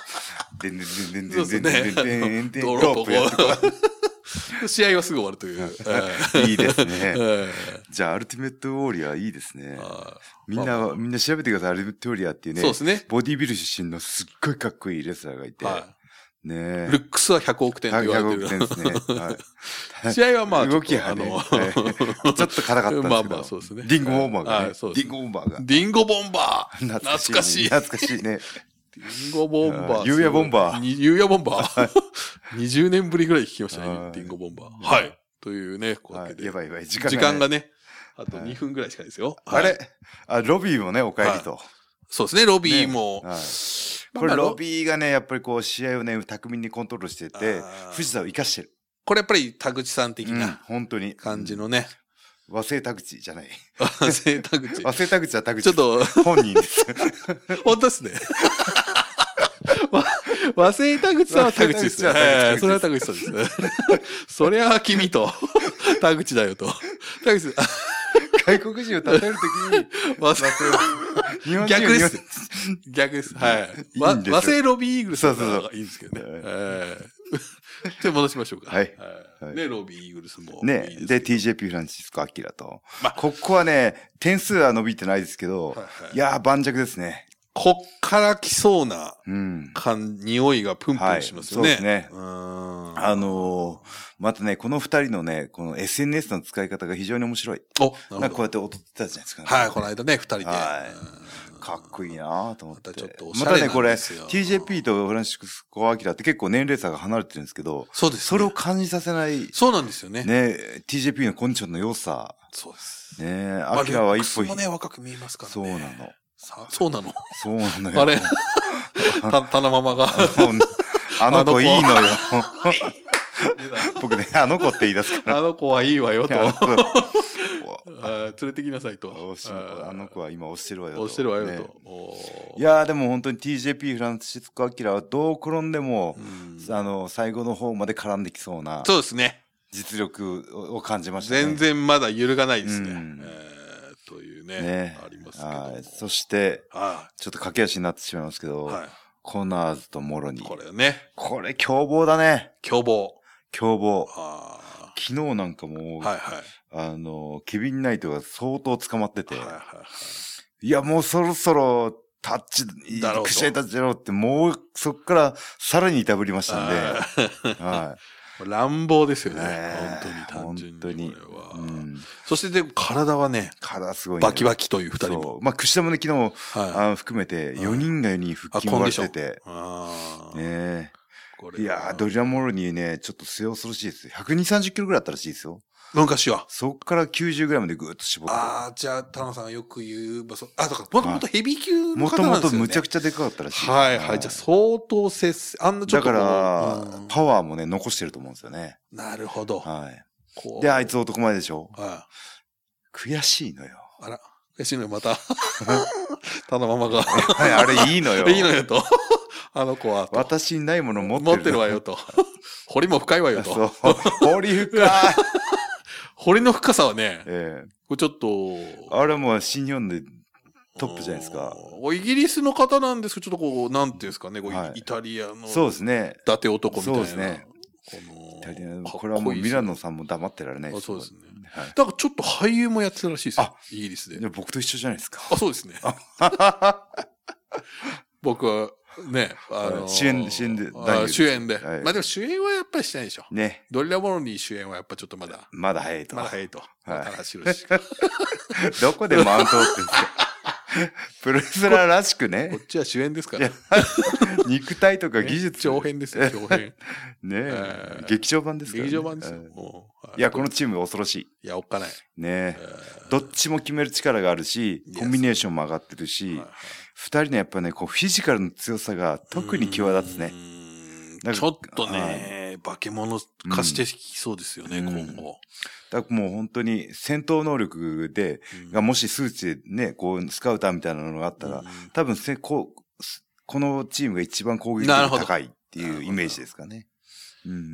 Speaker 1: でんでんでんでんでんでんでんでんでんでんでん
Speaker 2: ドロ
Speaker 1: ロ
Speaker 2: ッ
Speaker 1: ー
Speaker 2: プ
Speaker 1: プやってこ
Speaker 2: 試合はすぐ終わるという。
Speaker 1: ういいです ね
Speaker 2: え。え
Speaker 1: じゃあ、アルティメットウォリアーいいですね。
Speaker 2: あ
Speaker 1: みんな、みんな調べてください。アルティメットウォリアーっていう
Speaker 2: ー
Speaker 1: ね。
Speaker 2: そうですね。
Speaker 1: ボディビル出身のすっごいかっこいいレスラーがいて。
Speaker 2: は
Speaker 1: ね
Speaker 2: い、
Speaker 1: え。
Speaker 2: ルックスは100億点と言われて
Speaker 1: 100
Speaker 2: る
Speaker 1: 億。点ですね。 はい。
Speaker 2: 試合はまあ、
Speaker 1: 動きはね、
Speaker 2: ちょっとあの
Speaker 1: はいちょっと硬かったんですけど、
Speaker 2: まあまあそうですね
Speaker 1: リンゴボンバーがね、
Speaker 2: はいそうです
Speaker 1: リンゴボンバーが。
Speaker 2: ディンゴボンバー
Speaker 1: 懐
Speaker 2: 懐かしい
Speaker 1: 懐かしいね。
Speaker 2: ディンゴボンバ
Speaker 1: あ
Speaker 2: ー
Speaker 1: ーユーヤボンバー
Speaker 2: ー。ユーヤボンバー。20年ぶりぐらい聞きました
Speaker 1: は
Speaker 2: ね、
Speaker 1: い
Speaker 2: ディンゴボンバー。はい。というね、こうやっ
Speaker 1: はい、
Speaker 2: てで
Speaker 1: やばいやばい、時間が、
Speaker 2: 時間が
Speaker 1: ね。
Speaker 2: ね、あと2分ぐらいしかないですよ。
Speaker 1: あ
Speaker 2: はい
Speaker 1: れあ、ロビーもね、お帰りと。
Speaker 2: そうですね、ロビーも。
Speaker 1: はい
Speaker 2: まあ
Speaker 1: これ、
Speaker 2: まあ
Speaker 1: ロビーがね、やっぱりこう、試合をね、巧みにコントロールしてて
Speaker 2: あー、
Speaker 1: 藤田を生かしてる。
Speaker 2: これやっぱり田口さん的
Speaker 1: うん
Speaker 2: な
Speaker 1: 本当に。
Speaker 2: 感じのね、
Speaker 1: 和製田口じゃない。
Speaker 2: 和製 田口。
Speaker 1: 和製田口は田口。
Speaker 2: ちょっ。と、
Speaker 1: 本人 です。
Speaker 2: 本当ですね。 わ和製田口さんは田口ですね。
Speaker 1: 和製田口は田口
Speaker 2: はいそれは田口さんです。 そりゃ君 と、田口だよと。田口さん、あ
Speaker 1: 外国人を立てるときに、
Speaker 2: 和製
Speaker 1: 和製、日本人を
Speaker 2: 逆です
Speaker 1: 日本人
Speaker 2: 逆です。はい。
Speaker 1: いい
Speaker 2: わ
Speaker 1: んですよ
Speaker 2: 和製ロビーイーグルスの
Speaker 1: そうそう
Speaker 2: 方
Speaker 1: そ
Speaker 2: がいいんですけどね。
Speaker 1: はい
Speaker 2: ええじゃあ戻しましょうか。
Speaker 1: はいはい
Speaker 2: ね、ロビーイーグルスもいい
Speaker 1: ね
Speaker 2: す。
Speaker 1: で、TJP フランシスコ・アキラと。
Speaker 2: まあ
Speaker 1: ここはね、点数は伸びてないですけど、
Speaker 2: はい
Speaker 1: い
Speaker 2: はい
Speaker 1: やー、盤石ですね。
Speaker 2: こっから来そうな
Speaker 1: うん。
Speaker 2: 感、匂いがプンプンしますよね。
Speaker 1: はいそうですね
Speaker 2: うーん。
Speaker 1: あのーまたね、この二人のね、この SNS の使い方が非常に面白い。
Speaker 2: お、
Speaker 1: なん
Speaker 2: な
Speaker 1: か
Speaker 2: る
Speaker 1: こう
Speaker 2: ほど。
Speaker 1: やって踊ってたじゃないですか、
Speaker 2: はい、この間ね、二人で。
Speaker 1: はい
Speaker 2: うん
Speaker 1: かっこいいなーと思っ
Speaker 2: またち
Speaker 1: て
Speaker 2: ょっ。とおし
Speaker 1: また
Speaker 2: ゃれな
Speaker 1: ね、
Speaker 2: ん
Speaker 1: これ、
Speaker 2: ですよ
Speaker 1: TJP とフランシスコ・アキラって結構年齢差が離れてるんですけど、
Speaker 2: そうですね、
Speaker 1: それを感じさせない、
Speaker 2: そうなんですよね。
Speaker 1: ね、TJP のコンディションの良さ、
Speaker 2: そうです。
Speaker 1: ね、
Speaker 2: まあ
Speaker 1: アキラは
Speaker 2: ルック
Speaker 1: 一
Speaker 2: ス
Speaker 1: 歩
Speaker 2: もね、若く見えますからね。
Speaker 1: そうなの。
Speaker 2: さそうなの。
Speaker 1: そうなのよ。
Speaker 2: あれ、 た、たなままが。
Speaker 1: もうあの子いいのよ。僕ね、あの子って言い出すか
Speaker 2: あの子はいいわよと。
Speaker 1: ら。あの
Speaker 2: あ
Speaker 1: 子
Speaker 2: ー連れてきなさいと。
Speaker 1: おしあの子は今押してるわよと。
Speaker 2: 押してるわよ
Speaker 1: ね
Speaker 2: と。おー
Speaker 1: いやーでも本当に TJP フランシスコ・アキラはどう転んでも
Speaker 2: う、ん
Speaker 1: あの、最後の方まで絡んできそうな
Speaker 2: そうですね。
Speaker 1: 実力を感じましたね。
Speaker 2: 全然まだ揺るがないですね。
Speaker 1: うん
Speaker 2: えーというね
Speaker 1: ね
Speaker 2: ありますけども。
Speaker 1: はい。そして、
Speaker 2: は
Speaker 1: ちょっと駆け足になってしまいますけ
Speaker 2: い
Speaker 1: ど、
Speaker 2: は
Speaker 1: コナーズとモロ
Speaker 2: い。
Speaker 1: ニー。
Speaker 2: こ
Speaker 1: これ、
Speaker 2: れね、
Speaker 1: 凶暴だね。
Speaker 2: 凶暴。
Speaker 1: 凶暴。
Speaker 2: あ
Speaker 1: 昨日なんかもう、
Speaker 2: ーはいはい。
Speaker 1: あの、ケビン・ナイトが相当捕まってて、
Speaker 2: はいはい
Speaker 1: いや、もうそろそろ、タッチ、
Speaker 2: だろうと
Speaker 1: くしゃいタッチだろうって、もうそこからさらにいたぶりましたんで、
Speaker 2: はいあー。
Speaker 1: は
Speaker 2: 乱暴ですよね。
Speaker 1: ね
Speaker 2: 本当に単純
Speaker 1: 本
Speaker 2: に。これは
Speaker 1: 当にうん。
Speaker 2: そしてで、体はね、
Speaker 1: 体すごい、ね。
Speaker 2: バキバキという二人も。
Speaker 1: そう。まあ、櫛田もね、昨日、
Speaker 2: はい。
Speaker 1: あ含めて、4人が4人腹筋
Speaker 2: あコン
Speaker 1: 割っ
Speaker 2: ディション
Speaker 1: てて。
Speaker 2: あー
Speaker 1: ね
Speaker 2: これ
Speaker 1: え。いやー、ドリアン・モロニーね、ちょっと末恐ろしいですよ。120、30キロぐらいあったらしいですよ。
Speaker 2: 昔は。
Speaker 1: そっから90ぐらいまでぐーっと絞って。
Speaker 2: ああ、じゃあ、田野さんがよく言う、まあそうあ、そうか、もともとヘビー級の
Speaker 1: も
Speaker 2: 方
Speaker 1: と
Speaker 2: な
Speaker 1: も
Speaker 2: んで
Speaker 1: と
Speaker 2: すよ、ね。
Speaker 1: むちゃく
Speaker 2: ち
Speaker 1: ちゃでかかったらしい。
Speaker 2: はいはい。じゃあ、相当接戦、あんなち
Speaker 1: だ
Speaker 2: ょっとこ
Speaker 1: か
Speaker 2: う
Speaker 1: ら、
Speaker 2: うん
Speaker 1: パワーもね、残してると思うんですよね。
Speaker 2: なるほど。
Speaker 1: はい。
Speaker 2: こう
Speaker 1: で、あいつ男前でしょ
Speaker 2: は
Speaker 1: 悔しいのよ。
Speaker 2: い。あら、悔しいのよ、また。田野ママが。
Speaker 1: はい、あれいいのよ。
Speaker 2: いいのよと。あの子は。と
Speaker 1: 私にないもの持ってる。
Speaker 2: 持ってるわよと。堀も深いわ よ
Speaker 1: そ
Speaker 2: と。
Speaker 1: う。堀 深い。
Speaker 2: 堀の深さはね、
Speaker 1: ええ
Speaker 2: これちょっと。
Speaker 1: あれもう新日本でトップじゃないですか。
Speaker 2: うん。イギリスの方なんですけど、ちょっとこう、なんていうんですかね、こう
Speaker 1: はい
Speaker 2: イタリアの
Speaker 1: そうですね。
Speaker 2: 伊達男みたいな。
Speaker 1: そうですね
Speaker 2: この。
Speaker 1: イタリアの
Speaker 2: かっ
Speaker 1: これはもう
Speaker 2: いい
Speaker 1: ミ
Speaker 2: です
Speaker 1: ラ
Speaker 2: よ
Speaker 1: ノさんも黙ってられない
Speaker 2: あそうですね。
Speaker 1: はい
Speaker 2: だからちょっと俳優もやってたらしいですよ
Speaker 1: あ。
Speaker 2: イギリスで
Speaker 1: い。や僕と一緒じゃないですか。
Speaker 2: あ、そうで すね。僕は、ね、あのー
Speaker 1: 主演主演で大丈夫
Speaker 2: あ主演で。
Speaker 1: はい
Speaker 2: まあでも主演はやっぱりしてないでしょ。
Speaker 1: ね。
Speaker 2: ドリラ・モロニー主演はやっぱちょっとまだ、
Speaker 1: まだ早いと。
Speaker 2: まだ早いと。
Speaker 1: はい
Speaker 2: まだ話を し
Speaker 1: どこでマウントをってんですか プロレスラーらしく
Speaker 2: こ
Speaker 1: ね、
Speaker 2: っちは主演ですから。
Speaker 1: 肉体とか技術。
Speaker 2: 長編ですよ、長編。
Speaker 1: ね
Speaker 2: は
Speaker 1: え
Speaker 2: い
Speaker 1: 劇場版ですから
Speaker 2: 劇
Speaker 1: ね
Speaker 2: 場版ですよ。
Speaker 1: うん
Speaker 2: もうはい
Speaker 1: いや、このチーム恐ろし
Speaker 2: いや、おっかない。
Speaker 1: い。ね
Speaker 2: え
Speaker 1: え
Speaker 2: ー
Speaker 1: どっちも決める力があるし
Speaker 2: い、や
Speaker 1: コンビネーションも上がってるし
Speaker 2: はい、
Speaker 1: 二人のやっぱね、こうフィジカルの強さが特に際立つね
Speaker 2: う。ー
Speaker 1: な
Speaker 2: ん
Speaker 1: んか
Speaker 2: ちょっとね、化け物化してきそうですよね、
Speaker 1: うん
Speaker 2: 今後。
Speaker 1: だからもう本当に戦闘能力で、
Speaker 2: うん
Speaker 1: がもし数値でね、こう、スカウターみたいなのがあったら
Speaker 2: うん、
Speaker 1: 多分せこう、すこのチームが一番攻撃
Speaker 2: な
Speaker 1: 力
Speaker 2: るほ
Speaker 1: が
Speaker 2: ど
Speaker 1: 高いって
Speaker 2: な
Speaker 1: い
Speaker 2: るほ
Speaker 1: う
Speaker 2: ど
Speaker 1: イメージですかね。うん。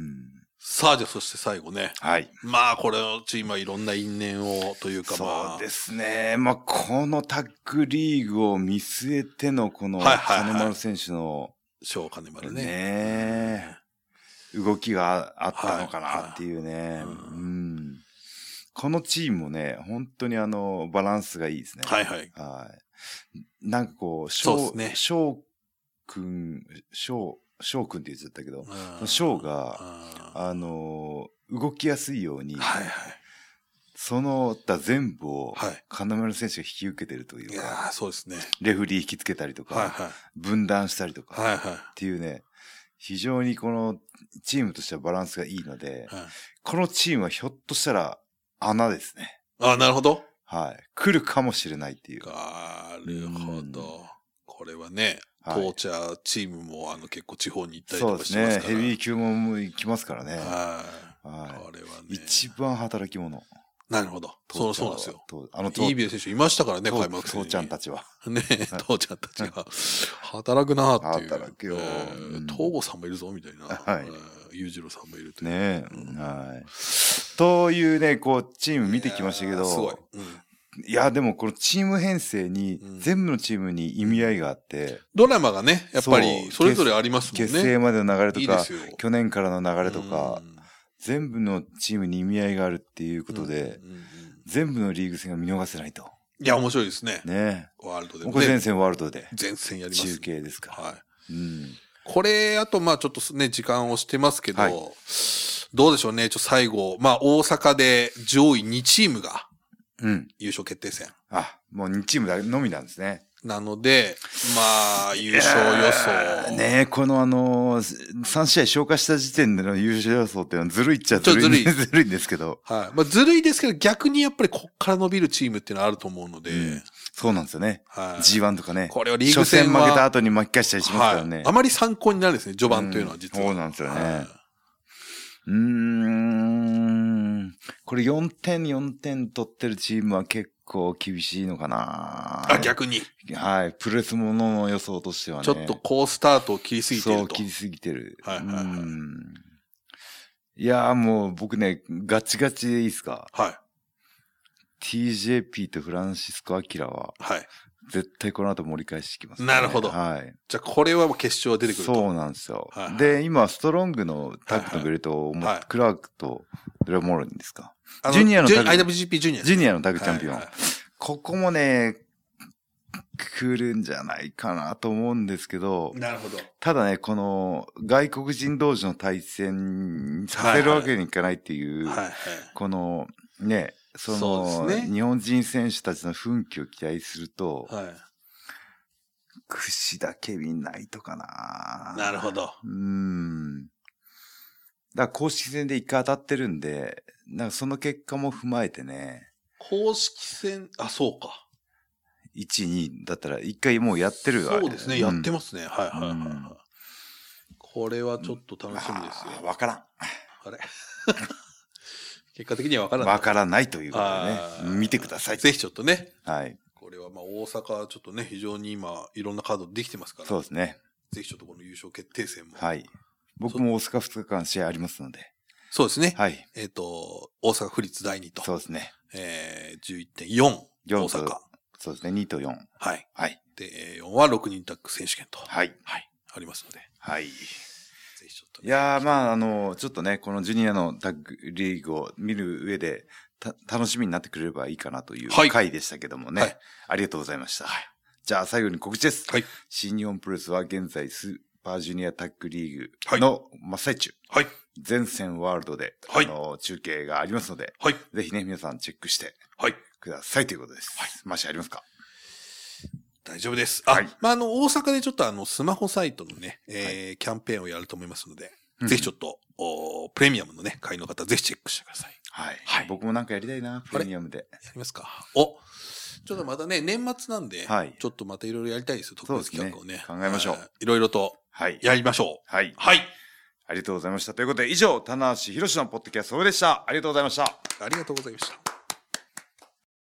Speaker 2: さあ、じゃあそして最後ね。
Speaker 1: はい。
Speaker 2: まあ、これのチームはいろんな因縁をというか、まあ。
Speaker 1: そうですね。まあ、このタッグリーグを見据えての、この、
Speaker 2: はいはいはい
Speaker 1: 金丸選手の
Speaker 2: 小金丸ね。
Speaker 1: ね、動きがあったのかなっていうね。
Speaker 2: う
Speaker 1: う
Speaker 2: ん
Speaker 1: ん。このチームもね、本当にあの、バランスがいいですね。
Speaker 2: はいはい。
Speaker 1: はい。なんかこう、
Speaker 2: そうっ
Speaker 1: 翔
Speaker 2: すね
Speaker 1: 翔くん、翔、翔くんって言っちゃったけど、
Speaker 2: うん
Speaker 1: 翔が、
Speaker 2: は
Speaker 1: あのー動きやすいように
Speaker 2: い、はい。
Speaker 1: その他全部を、
Speaker 2: はい。
Speaker 1: 金丸選手が引き受けてるとい
Speaker 2: いうや
Speaker 1: か、
Speaker 2: ーそうですね。
Speaker 1: レフェリー引きつけたりと
Speaker 2: はい
Speaker 1: か、
Speaker 2: はい。
Speaker 1: 分断したりとか、
Speaker 2: はい
Speaker 1: っ
Speaker 2: は
Speaker 1: ていうね、非常にこのチームとしてはバランスがいいので
Speaker 2: い。、はい、
Speaker 1: このチームはひょっとしたら穴ですね。
Speaker 2: あなるほど。
Speaker 1: はい。来るかもしれないっていう。
Speaker 2: なるほど。
Speaker 1: う
Speaker 2: これはね、
Speaker 1: はい
Speaker 2: 当チャーチームもあの結構地方に行ったり
Speaker 1: そ
Speaker 2: と
Speaker 1: う
Speaker 2: か
Speaker 1: で
Speaker 2: し
Speaker 1: す
Speaker 2: てま
Speaker 1: ね
Speaker 2: す。から。
Speaker 1: ヘビー級ももう行きますからね。
Speaker 2: はい。
Speaker 1: は
Speaker 2: これはね。
Speaker 1: い。一番働き者。
Speaker 2: なるほど。そうそうなんですよ。
Speaker 1: と。あの、と
Speaker 2: イービル選手いましたからね、
Speaker 1: と
Speaker 2: 開幕戦
Speaker 1: 父
Speaker 2: に。
Speaker 1: ちゃんたちは。
Speaker 2: ねえ、父ちゃんたちが、働くなーっていう。
Speaker 1: 働くよ
Speaker 2: え
Speaker 1: うん
Speaker 2: ー東郷さんもいるぞ、みたいな。
Speaker 1: はい
Speaker 2: えー裕次郎さんもいるという。
Speaker 1: ねはい。というね、こう、チーム見てきましたけ
Speaker 2: いやーすごい
Speaker 1: ど、。
Speaker 2: うん
Speaker 1: いや、でもこのチーム編成に
Speaker 2: う、ん
Speaker 1: 全部のチームに意味合いがあって、
Speaker 2: ドラマがね、やっぱ
Speaker 1: そ
Speaker 2: り
Speaker 1: う
Speaker 2: それぞれありますもん
Speaker 1: 結
Speaker 2: ね。
Speaker 1: 成までの流れ
Speaker 2: いい
Speaker 1: と
Speaker 2: で
Speaker 1: か
Speaker 2: す、よ。
Speaker 1: 去年からの流れとか、全部のチームに意味合いがあるっていうこ
Speaker 2: うん、
Speaker 1: とで
Speaker 2: う、んうんうん
Speaker 1: 全部のリーグ戦が見逃せないと。
Speaker 2: いや、面白いですね。
Speaker 1: ね。
Speaker 2: ワールドでも
Speaker 1: これ
Speaker 2: ね
Speaker 1: 前。線ワールドで
Speaker 2: 前線やります。
Speaker 1: 中継ですから。
Speaker 2: はい。
Speaker 1: うん。
Speaker 2: これ、あと、まあちょっとね、時間をしてますけど、
Speaker 1: はい
Speaker 2: どうでしょうね、ちょっと最後、まあ大阪で上位2チームが
Speaker 1: うん。
Speaker 2: 優勝決定戦。
Speaker 1: あ、もう2チームだけのみなんですね。
Speaker 2: なので、まあ、優勝予想。
Speaker 1: ねえ、このあのー、3試合消化した時点での優勝予想っていうのはずるいっちゃずるいん
Speaker 2: ちょ
Speaker 1: で
Speaker 2: っと
Speaker 1: ずるいんですけど、
Speaker 2: はい。まあ、ずるいですけど、逆にやっぱりこっから伸びるチームっていうのはあると思うので、
Speaker 1: うんそうなんですよね。
Speaker 2: はい。
Speaker 1: G1 とかね。
Speaker 2: これはリーグ戦
Speaker 1: 初
Speaker 2: は
Speaker 1: 戦負けた後に巻き返したりしますから
Speaker 2: は
Speaker 1: ね
Speaker 2: い。あ。まり参考になるんですね、序盤というのは実
Speaker 1: うん
Speaker 2: は。
Speaker 1: そうなんですよね
Speaker 2: はいう
Speaker 1: ーん。これ4点、4点取ってるチームは結構厳しいのかな
Speaker 2: あ、逆に、
Speaker 1: はい。プロレスものの予想としてはね。
Speaker 2: ちょっとこうスタートを切りすぎてい
Speaker 1: そ
Speaker 2: る
Speaker 1: う、
Speaker 2: と。
Speaker 1: 切りすぎてる。
Speaker 2: はいはいはい
Speaker 1: うんいやーもう僕ね、ガチガチでいいですか
Speaker 2: はい。
Speaker 1: TJP とフランシスコ・アキラは、
Speaker 2: はい。
Speaker 1: 絶対この後盛り返してきます、
Speaker 2: なるほど
Speaker 1: はい。
Speaker 2: じゃあ、これはもう決勝は出てくると。
Speaker 1: そうなんですよ。
Speaker 2: はいはい
Speaker 1: で、今、ストロングのタッグのベルトを持って、
Speaker 2: はいはい
Speaker 1: クラークとドラモロニーですか。
Speaker 2: あの
Speaker 1: ジュニアのタッグ
Speaker 2: IWGP ジュニア。
Speaker 1: ジュ
Speaker 2: ア
Speaker 1: ニアのタッグチャンピオン。
Speaker 2: はいはい
Speaker 1: ここもね、来るんじゃないかなと思うんですけど、
Speaker 2: なるほど。
Speaker 1: ただね、この外国人同士の対戦させるわけにいかないっていう、
Speaker 2: はいはい。
Speaker 1: このね、そ
Speaker 2: そ
Speaker 1: の
Speaker 2: うですね
Speaker 1: 日本人選手たちの奮起を期待すると、
Speaker 2: はい。
Speaker 1: 櫛田ケビンナイトかな
Speaker 2: なるほど。
Speaker 1: うーん。だから公式戦で一回当たってるんで、なんかその結果も踏まえてね、
Speaker 2: 公式戦、あ、そうか。
Speaker 1: 1、2だったら一回もうやってる
Speaker 2: そうですね、やって
Speaker 1: ま
Speaker 2: ますね。はいはいはいはい。
Speaker 1: うん
Speaker 2: これはちょっと楽しみですよ。
Speaker 1: わから
Speaker 2: あれ 結果的には分から
Speaker 1: ん。
Speaker 2: ない。
Speaker 1: わからないというこ
Speaker 2: あ
Speaker 1: とで
Speaker 2: ー
Speaker 1: ね。見てください。
Speaker 2: ぜひちょっとね、
Speaker 1: はい。
Speaker 2: これはまあ大阪はちょっとね、非常に今、いろんなカードできてますから、
Speaker 1: そうですね。
Speaker 2: ぜひちょっとこの優勝決定戦も。
Speaker 1: はい。僕も大阪2日間試合ありますので。
Speaker 2: そうですね。
Speaker 1: はい。
Speaker 2: えっ、と、大阪府立第2と、
Speaker 1: そうですね。
Speaker 2: えー、11.4、大
Speaker 1: 4と
Speaker 2: 阪。
Speaker 1: そうですね。2と4。
Speaker 2: はい。
Speaker 1: はい。
Speaker 2: で、えー4は6人タッグ選手権と、
Speaker 1: はい。
Speaker 2: はい、ありますので、
Speaker 1: はい。
Speaker 2: ぜひちょっと、
Speaker 1: い
Speaker 2: ね。
Speaker 1: やー、まあ、あの、ちょっとね、このジュニアのタッグリーグを見る上で、た、楽しみになってくれればいいかなという
Speaker 2: はい
Speaker 1: 回でしたけどもね。
Speaker 2: はい
Speaker 1: ありがとうございました。じゃあ、最後に告知です。
Speaker 2: はい
Speaker 1: 新日本プロレスは現在、スーパージュニアタッグリーグの真っ最中、
Speaker 2: はい。
Speaker 1: 全戦ワールドで、
Speaker 2: はい
Speaker 1: あの、中継がありますので、
Speaker 2: はい。
Speaker 1: ぜひね、皆さんチェックして
Speaker 2: はい。
Speaker 1: くださいということです。
Speaker 2: はい
Speaker 1: マシありますか
Speaker 2: 大丈夫です。あ、
Speaker 1: はい
Speaker 2: まあ、あの、大阪でちょっとあの、スマホサイトのね、えーキャンペーンをやると思いますので、ぜひちょ
Speaker 1: っと。
Speaker 2: っと、おープレミアムのね、会員の方、ぜひチェックしてください。
Speaker 1: はい。
Speaker 2: はい
Speaker 1: 僕もなんかやりたいな、プレミアムで。
Speaker 2: やりますかおちょっとまたね、年末なんで、
Speaker 1: はい
Speaker 2: ちょっとまたいろいろやりたいですよ、特別企画をね。
Speaker 1: そうですね考えましょう
Speaker 2: はい。いろいろと
Speaker 1: はい。
Speaker 2: やりましょう。
Speaker 1: はい。
Speaker 2: はい。
Speaker 1: ありがとうございました。ということで、以上、棚橋宏のポッドキャストオフでした。ありがとうございました。
Speaker 2: ありがとうございました。